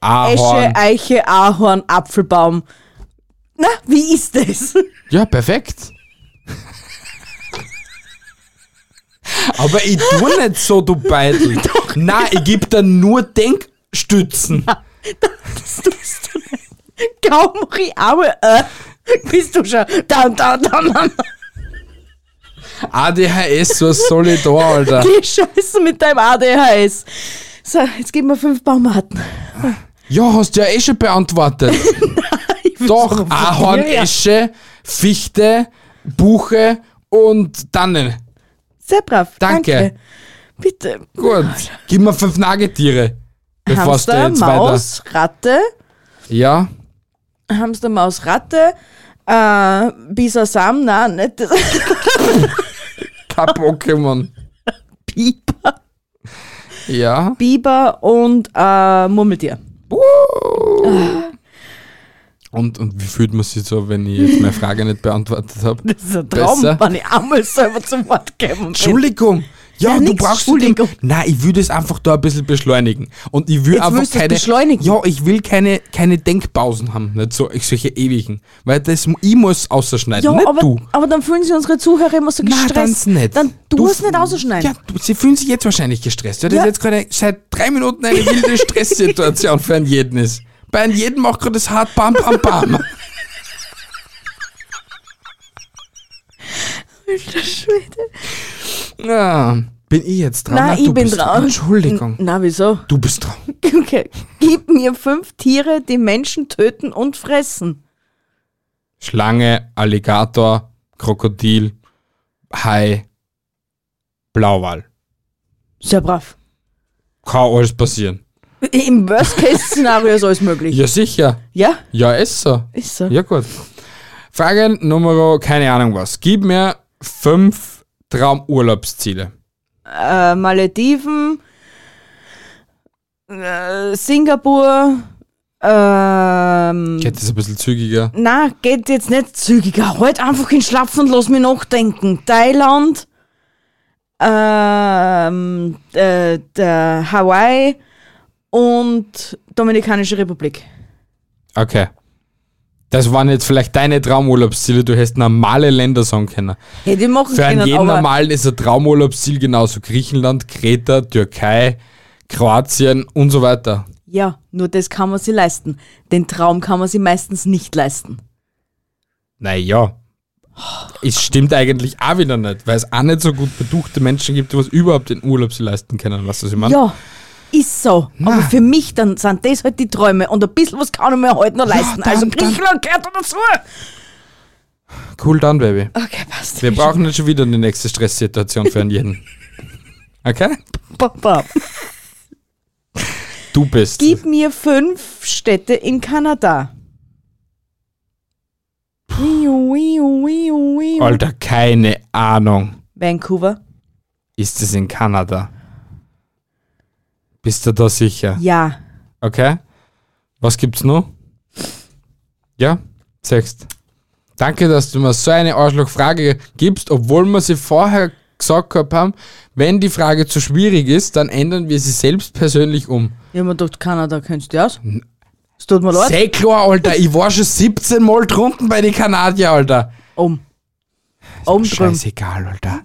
Speaker 1: Ahorn.
Speaker 2: Esche,
Speaker 1: äh,
Speaker 2: Eiche, Ahorn, Apfelbaum. Na, wie ist das?
Speaker 1: Ja, perfekt. Aber ich tu nicht so, du Beitel. Nein, ich geb dir nur Denkstützen.
Speaker 2: Das tust du nicht. Kaum mach ich einmal, äh, bist du schon. Dann, dann, dann, dann.
Speaker 1: ADHS, was soll ich da, Alter?
Speaker 2: Geh scheiße mit deinem ADHS. So, jetzt gib mir fünf Baumarten.
Speaker 1: Ja, hast du ja eh schon beantwortet. Doch, Ahorn,
Speaker 2: Ja, ja.
Speaker 1: Esche, Fichte, Buche und Tanne.
Speaker 2: Sehr brav.
Speaker 1: Danke.
Speaker 2: Bitte.
Speaker 1: Gut. Gib mir fünf Nagetiere. Bevor du
Speaker 2: Hamster,
Speaker 1: jetzt
Speaker 2: Maus, Ratte.
Speaker 1: weiter. Ja.
Speaker 2: Hamster, Maus, Ratte. Äh, Bisasam, nein, nicht das.
Speaker 1: Kein Pokémon.
Speaker 2: Biber.
Speaker 1: Ja.
Speaker 2: Biber und äh, Murmeltier.
Speaker 1: Und, und wie fühlt man sich so, wenn ich jetzt meine Frage nicht beantwortet habe?
Speaker 2: Das ist ein Traum,
Speaker 1: Besser.
Speaker 2: wenn ich einmal selber zum Wort gekommen bin.
Speaker 1: Entschuldigung. Ja,
Speaker 2: Ja,
Speaker 1: du
Speaker 2: nix,
Speaker 1: brauchst den-
Speaker 2: Entschuldigung.
Speaker 1: Nein, ich will das einfach da ein bisschen beschleunigen. Und ich will
Speaker 2: Jetzt
Speaker 1: einfach
Speaker 2: willst du's
Speaker 1: keine.
Speaker 2: beschleunigen?
Speaker 1: Ja, ich will keine, keine Denkpausen haben. Nicht so, solche ewigen. Weil das, ich muss ausschneiden,
Speaker 2: Ja,
Speaker 1: nicht
Speaker 2: aber,
Speaker 1: du.
Speaker 2: aber dann fühlen sich unsere Zuhörer immer so
Speaker 1: Nein,
Speaker 2: gestresst.
Speaker 1: ganz nicht.
Speaker 2: Dann du musst nicht ausschneiden.
Speaker 1: Ja, du, sie fühlen sich jetzt wahrscheinlich gestresst. Ja, das
Speaker 2: Ja.
Speaker 1: ist jetzt gerade seit drei Minuten eine wilde Stresssituation für einen jeden ist. Bei einem jeden macht gerade das hart Bam Bam Bam.
Speaker 2: Alter Schwede.
Speaker 1: Ja. Bin ich jetzt dran?
Speaker 2: Nein,
Speaker 1: Ach,
Speaker 2: ich
Speaker 1: du
Speaker 2: bin
Speaker 1: bist
Speaker 2: dran.
Speaker 1: Entschuldigung.
Speaker 2: Na, wieso?
Speaker 1: Du bist dran.
Speaker 2: Okay. Gib mir fünf Tiere, die Menschen töten und fressen.
Speaker 1: Schlange, Alligator, Krokodil, Hai, Blauwal.
Speaker 2: Sehr brav.
Speaker 1: Kann alles passieren.
Speaker 2: Im Worst-Case-Szenario ist alles möglich.
Speaker 1: Ja, sicher.
Speaker 2: Ja,
Speaker 1: Ja, ist so.
Speaker 2: ist so.
Speaker 1: Ja, gut. Frage Nummer, keine Ahnung was. Gib mir fünf
Speaker 2: Hm.
Speaker 1: Traumurlaubsziele.
Speaker 2: Äh, Malediven, äh, Singapur, ähm,
Speaker 1: Ich hätte es ein bisschen zügiger.
Speaker 2: na, geht jetzt nicht zügiger. Halt einfach in Schlapf und lass mich nachdenken. Thailand, ähm, äh, der Hawaii und Dominikanische Republik.
Speaker 1: Okay. Das waren jetzt vielleicht deine Traumurlaubsziele. Du hättest normale Länder sagen können.
Speaker 2: Hätte ich machen
Speaker 1: Für einen
Speaker 2: können,
Speaker 1: jeden
Speaker 2: aber
Speaker 1: normalen ist ein Traumurlaubsziel genauso Griechenland, Kreta, Türkei, Kroatien und so weiter.
Speaker 2: ja, nur das kann man sich leisten. Den Traum kann man sich meistens nicht leisten.
Speaker 1: Naja. Es stimmt eigentlich auch wieder nicht, weil es auch nicht so gut beduchte Menschen gibt, die was überhaupt den Urlaub sie leisten können. Weißt du, was ich meine?
Speaker 2: Ja, ist so. Aber für mich dann sind das halt die Träume und ein bisschen was kann ich mir heute noch leisten.
Speaker 1: dann-
Speaker 2: also
Speaker 1: dann-
Speaker 2: Griechenland gehört dazu.
Speaker 1: Cool dann, Baby.
Speaker 2: Okay, passt.
Speaker 1: Wir brauchen nicht schon wieder eine nächste Stresssituation für einen jeden. Okay?
Speaker 2: Papa.
Speaker 1: Du bist.
Speaker 2: Gib mir fünf Städte in Kanada. Wiu, wiu, wiu, wiu.
Speaker 1: Alter, keine Ahnung.
Speaker 2: Vancouver?
Speaker 1: Ist es in Kanada? Bist du da sicher?
Speaker 2: Ja.
Speaker 1: Okay. Was gibt's noch? Ja, sechst. Danke, dass du mir so eine Arschlochfrage gibst, obwohl wir sie vorher gesagt gehabt haben, wenn die Frage zu schwierig ist, dann ändern wir sie selbst persönlich um.
Speaker 2: Ich hab mir gedacht, Kanada kennst du dich aus. Es tut mir leid.
Speaker 1: Sei klar, Alter, ich war schon 17 Mal drunten bei den Kanadier, Alter.
Speaker 2: Um. Um drum.
Speaker 1: Scheißegal, Alter.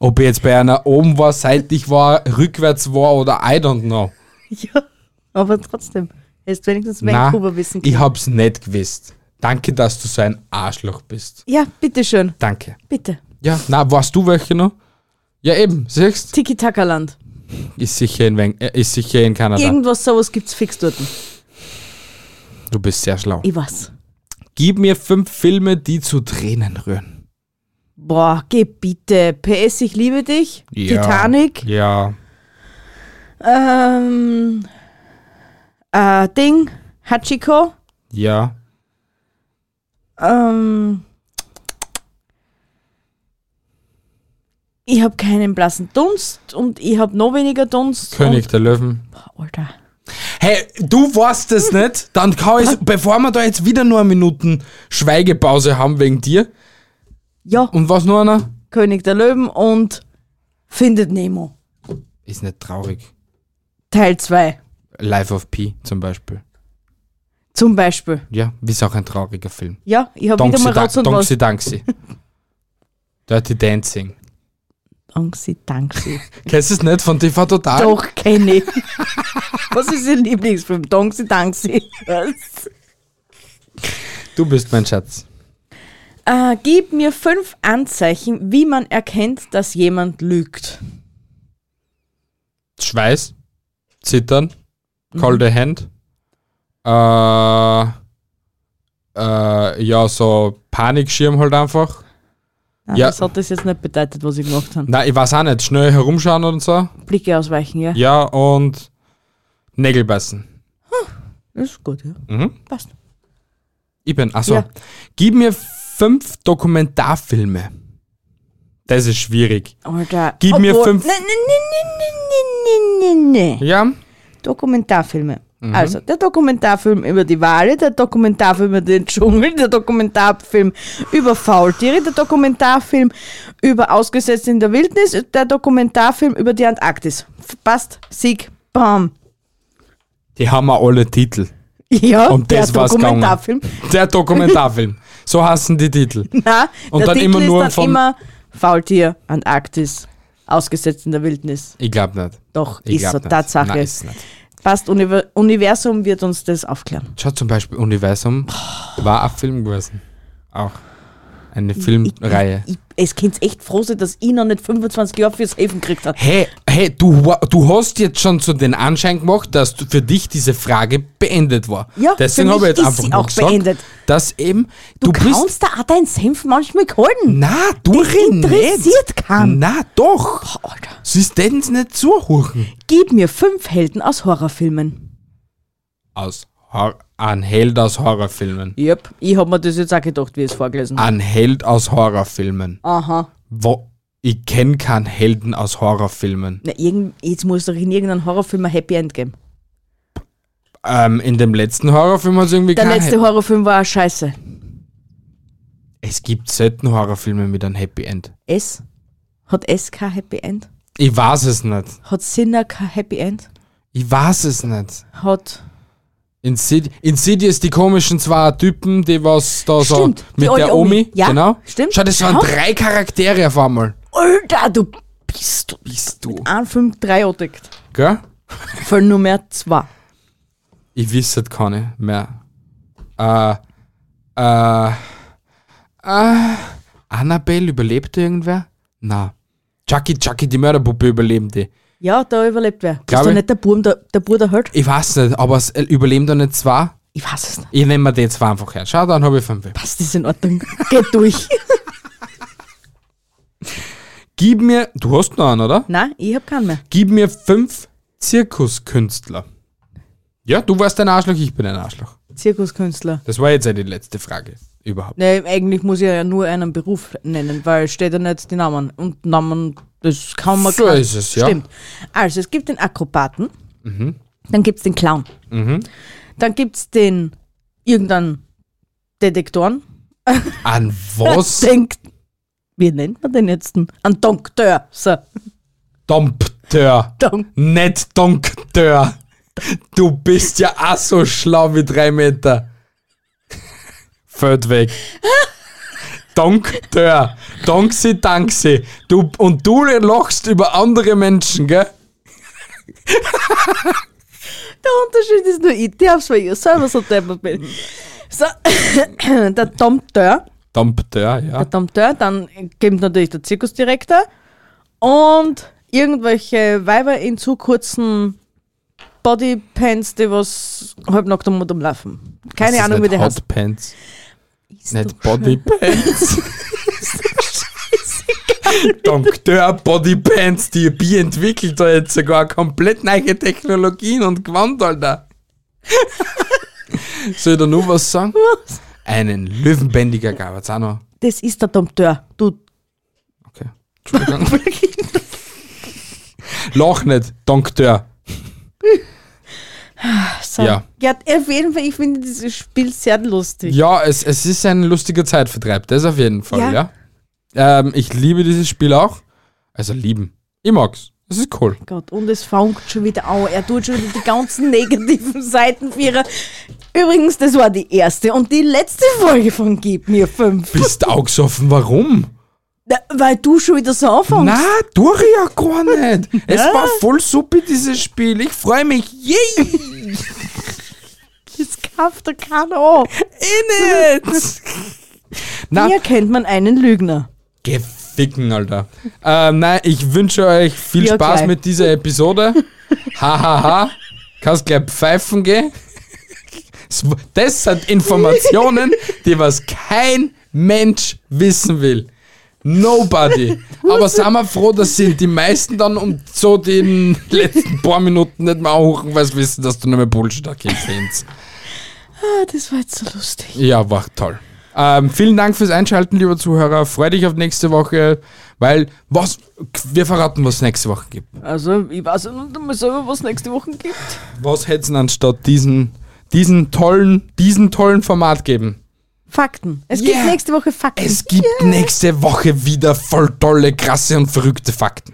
Speaker 1: Ob ich jetzt bei einer oben war, seitlich war, rückwärts war oder I don't know.
Speaker 2: Ja. Aber trotzdem. Hättest wenigstens
Speaker 1: Na,
Speaker 2: Vancouver wissen
Speaker 1: ich
Speaker 2: können.
Speaker 1: hab's nicht gewusst. Danke, dass du so ein Arschloch bist.
Speaker 2: Ja, bitteschön.
Speaker 1: Danke.
Speaker 2: Bitte.
Speaker 1: Ja, na, warst du welche noch? Ja, eben, siehst
Speaker 2: Tiki-Taka-Land.
Speaker 1: Ist sicher in, Wen äh, ist sicher in Kanada.
Speaker 2: Irgendwas sowas gibt's fix dort.
Speaker 1: du bist sehr schlau.
Speaker 2: Ich weiß.
Speaker 1: Gib mir fünf Filme, die zu Tränen rühren.
Speaker 2: Boah, geh bitte. PS, ich liebe dich.
Speaker 1: Ja.
Speaker 2: Titanic.
Speaker 1: Ja.
Speaker 2: Ähm, äh, Ding. Hachiko.
Speaker 1: Ja.
Speaker 2: Ähm, ich habe keinen blassen Dunst und ich habe noch weniger Dunst.
Speaker 1: König der Löwen.
Speaker 2: Und, boah, Alter.
Speaker 1: Hey, du warst es nicht. Dann kann ich, bevor wir da jetzt wieder nur eine Minuten Schweigepause haben wegen dir.
Speaker 2: Ja,
Speaker 1: Und was nur einer?
Speaker 2: König der Löwen und Findet Nemo.
Speaker 1: Ist nicht traurig.
Speaker 2: Teil 2
Speaker 1: Life of Pi zum Beispiel.
Speaker 2: zum Beispiel.
Speaker 1: Ja, ist auch ein trauriger Film.
Speaker 2: Ja, ich habe wieder
Speaker 1: Donksi,
Speaker 2: mal Rotz und was.
Speaker 1: Donksi, Danksi. Dirty Dancing.
Speaker 2: Danke, danke.
Speaker 1: Kennst du es nicht von TV Total?
Speaker 2: Doch, kenne ich. Was ist Ihr Lieblingsfilm? Danke, danke.
Speaker 1: Du bist mein Schatz.
Speaker 2: Äh, gib mir fünf Anzeichen, wie man erkennt, dass jemand lügt.
Speaker 1: Schweiß, Zittern, Cold Hand, äh, äh, ja, so Panikschirm halt einfach.
Speaker 2: Nein,
Speaker 1: Ja.
Speaker 2: Ah, Das hat das jetzt nicht bedeutet, was ich gemacht habe.
Speaker 1: Na, ich weiß auch nicht, schnell herumschauen und so.
Speaker 2: Blicke ausweichen, ja.
Speaker 1: Ja, und Nägel beißen.
Speaker 2: Ist gut, ja.
Speaker 1: Mhm.
Speaker 2: Passt.
Speaker 1: Ich bin, achso.
Speaker 2: Ja.
Speaker 1: Gib mir fünf Dokumentarfilme. Das ist schwierig.
Speaker 2: Alter.
Speaker 1: Gib mir fünf-
Speaker 2: Nee, nee, nee, nee, nee, nee, nee, nee.
Speaker 1: Ja,
Speaker 2: Dokumentarfilme.
Speaker 1: Mhm.
Speaker 2: Also, der Dokumentarfilm über die Wale, der Dokumentarfilm über den Dschungel, der Dokumentarfilm über Faultiere, der Dokumentarfilm über Ausgesetzt in der Wildnis, der Dokumentarfilm über die Antarktis. F- Passt, Sieg, Bam.
Speaker 1: die haben wir alle Titel.
Speaker 2: Ja,
Speaker 1: Um
Speaker 2: der
Speaker 1: das war's
Speaker 2: Dokumentarfilm.
Speaker 1: Der Dokumentarfilm. so heißen die Titel.
Speaker 2: Na,
Speaker 1: Und
Speaker 2: der
Speaker 1: dann
Speaker 2: Titel
Speaker 1: immer
Speaker 2: ist
Speaker 1: nur
Speaker 2: dann
Speaker 1: von-
Speaker 2: immer Faultier, Antarktis, Ausgesetzt in der Wildnis.
Speaker 1: Ich glaube nicht.
Speaker 2: Doch,
Speaker 1: Ich
Speaker 2: ist
Speaker 1: glaub
Speaker 2: so,
Speaker 1: nicht.
Speaker 2: Tatsache.
Speaker 1: Nein, ist nicht.
Speaker 2: Passt, Univer- Universum wird uns das aufklären.
Speaker 1: Schau zum Beispiel Universum war ein Film gewesen. Auch. Eine Filmreihe.
Speaker 2: Ich, es könnt's echt froh sein, dass ich noch nicht 25 Jahre fürs Helfen gekriegt habe.
Speaker 1: Hey, hey, du, wa- du hast jetzt schon so den Anschein gemacht, dass du- für dich diese Frage beendet war.
Speaker 2: Ja,
Speaker 1: Deswegen
Speaker 2: für
Speaker 1: habe ich jetzt
Speaker 2: mich ist
Speaker 1: einfach
Speaker 2: sie
Speaker 1: nur
Speaker 2: auch
Speaker 1: gesagt,
Speaker 2: beendet.
Speaker 1: dass eben
Speaker 2: Du,
Speaker 1: du, bist
Speaker 2: kannst da auch deinen Senf manchmal gehalten.
Speaker 1: Na, du
Speaker 2: Das interessiert keinen.
Speaker 1: Na, doch.
Speaker 2: Boah, Alter.
Speaker 1: Sie stellen es nicht zuhören.
Speaker 2: Gib mir fünf Helden aus Horrorfilmen.
Speaker 1: Aus Hor ein Held aus Horrorfilmen.
Speaker 2: Yep, ich habe mir das jetzt auch gedacht, wie ich es vorgelesen habe.
Speaker 1: Ein Held aus Horrorfilmen.
Speaker 2: Aha.
Speaker 1: Wo ich kenne keinen Helden aus Horrorfilmen.
Speaker 2: Na, irgend, jetzt muss doch in irgendeinem Horrorfilm ein Happy End geben.
Speaker 1: Ähm, in dem letzten Horrorfilm hat es irgendwie
Speaker 2: Der
Speaker 1: keinen
Speaker 2: letzte
Speaker 1: Hel-
Speaker 2: Horrorfilm war auch scheiße.
Speaker 1: Es gibt selten Horrorfilme mit einem Happy End.
Speaker 2: S? Hat S kein Happy End?
Speaker 1: Ich weiß es nicht.
Speaker 2: Hat Sinner kein Happy End?
Speaker 1: Ich weiß es nicht.
Speaker 2: Hat.
Speaker 1: Insid Insidious, die komischen zwei Typen, die was da
Speaker 2: Stimmt,
Speaker 1: so
Speaker 2: die
Speaker 1: mit
Speaker 2: alte
Speaker 1: der Omi.
Speaker 2: Omi. Ja,
Speaker 1: genau.
Speaker 2: stimmt.
Speaker 1: Schau, das waren
Speaker 2: Schau.
Speaker 1: drei Charaktere auf einmal.
Speaker 2: Alter, du bist du.
Speaker 1: Bist du.
Speaker 2: Ein Film, drei Ottekt.
Speaker 1: Gell?
Speaker 2: Film Nummer zwei.
Speaker 1: Ich wüsste keine mehr. Äh, äh, äh, Annabelle überlebt irgendwer? Na. Chucky, Chucky, die Mörderpuppe überlebt die.
Speaker 2: Ja, da überlebt wer.
Speaker 1: Glaub
Speaker 2: ist doch
Speaker 1: ich.
Speaker 2: nicht der Burm, der, der Bruder halt?
Speaker 1: Ich weiß nicht, aber es äh, überleben da nicht zwei.
Speaker 2: Ich weiß es nicht.
Speaker 1: Ich nehme mir die zwei einfach her. Schau, dann habe ich fünf.
Speaker 2: Passt, ist in Ordnung. Geht durch.
Speaker 1: Gib mir, du hast noch einen, oder?
Speaker 2: Nein, ich hab keinen mehr.
Speaker 1: Gib mir fünf Zirkuskünstler. Ja, du warst ein Arschloch, ich bin ein Arschloch.
Speaker 2: Zirkuskünstler.
Speaker 1: Das war jetzt ja die letzte Frage überhaupt.
Speaker 2: Nee, eigentlich muss ich ja nur einen Beruf nennen, weil steht ja nicht die Namen. Und Namen, das kann man
Speaker 1: So
Speaker 2: kein-
Speaker 1: ist es, ja. Mhm.
Speaker 2: Stimmt. Also, es gibt den Akrobaten, dann gibt's den Clown, dann gibt's den irgendeinen Detektoren.
Speaker 1: An was
Speaker 2: Denkt, wie nennt man den jetzt? Ein Donkteur. So,
Speaker 1: dampft der?
Speaker 2: Donk.
Speaker 1: Nicht Donkteur. Du bist ja auch so schlau wie drei Meter. Fällt weg. Donkteur. Danksi, danksi. Du, und du lachst über andere Menschen, gell?
Speaker 2: Der Unterschied ist nur, ich darf's, weil ich selber so deppert bin. So, der Dompteur,
Speaker 1: Dompteur, ja.
Speaker 2: der Dompteur, dann gibt natürlich der Zirkusdirektor und irgendwelche Weiber in zu kurzen Bodypants, die was halb nackt am Mund umlaufen. Keine Ahnung, wie der heißt.
Speaker 1: Hotpants.
Speaker 2: Ist
Speaker 1: Nicht
Speaker 2: doch
Speaker 1: Bodypants. Dompteur Bodypants, die Bier entwickelt da jetzt sogar komplett neue Technologien und gewandt, Alter. Soll ich da nur was sagen?
Speaker 2: Was?
Speaker 1: Einen Löwenbändiger gab es auch noch.
Speaker 2: Das ist der Dompteur. Du,
Speaker 1: Okay. Entschuldigung. Lach nicht, Dompteur.
Speaker 2: so.
Speaker 1: Ja.
Speaker 2: auf jeden Fall, ich finde dieses Spiel sehr lustig.
Speaker 1: Ja, es, es ist ein lustiger Zeitvertreib, das auf jeden Fall, ja.
Speaker 2: Ja.
Speaker 1: Ähm, ich liebe dieses Spiel auch. Also lieben. Ich mag's. Es ist cool.
Speaker 2: Oh Gott, und es fängt schon wieder an. Er tut schon wieder die ganzen negativen Seiten für ihre. Übrigens, das war die erste und die letzte Folge von Gib mir fünf.
Speaker 1: Bist augesoffen, warum?
Speaker 2: Na, Weil du schon wieder so anfängst.
Speaker 1: Na, tue ich ja gar nicht. Es war voll super, dieses Spiel. Ich freue mich. Yay!
Speaker 2: Das kauft doch keiner an.
Speaker 1: Eh nicht! Na,
Speaker 2: Hier kennt man einen Lügner.
Speaker 1: geficken, Alter. Ähm, nein, ich wünsche euch viel
Speaker 2: Ja,
Speaker 1: Spaß
Speaker 2: gleich.
Speaker 1: mit dieser Episode. Hahaha. ha, ha. Kannst gleich pfeifen gehen. Das- Das sind Informationen, die was kein Mensch wissen will. Nobody. Aber sind wir froh, dass sind die meisten dann um so den letzten paar Minuten nicht mehr hoch, weil sie wissen, dass du nicht mehr Bullshit erkennst.
Speaker 2: Ah, das war jetzt so lustig.
Speaker 1: Ja, war toll. Ähm, vielen Dank fürs Einschalten, lieber Zuhörer. Freu dich auf nächste Woche, weil was, wir verraten, was es nächste Woche gibt.
Speaker 2: Also, ich weiß nicht einmal selber, was es nächste Woche gibt.
Speaker 1: Was hätte es anstatt diesen, diesen tollen, diesen tollen Format geben?
Speaker 2: Fakten. Es
Speaker 1: Yeah.
Speaker 2: gibt nächste Woche Fakten.
Speaker 1: Es gibt nächste Woche wieder voll tolle, krasse und verrückte Fakten.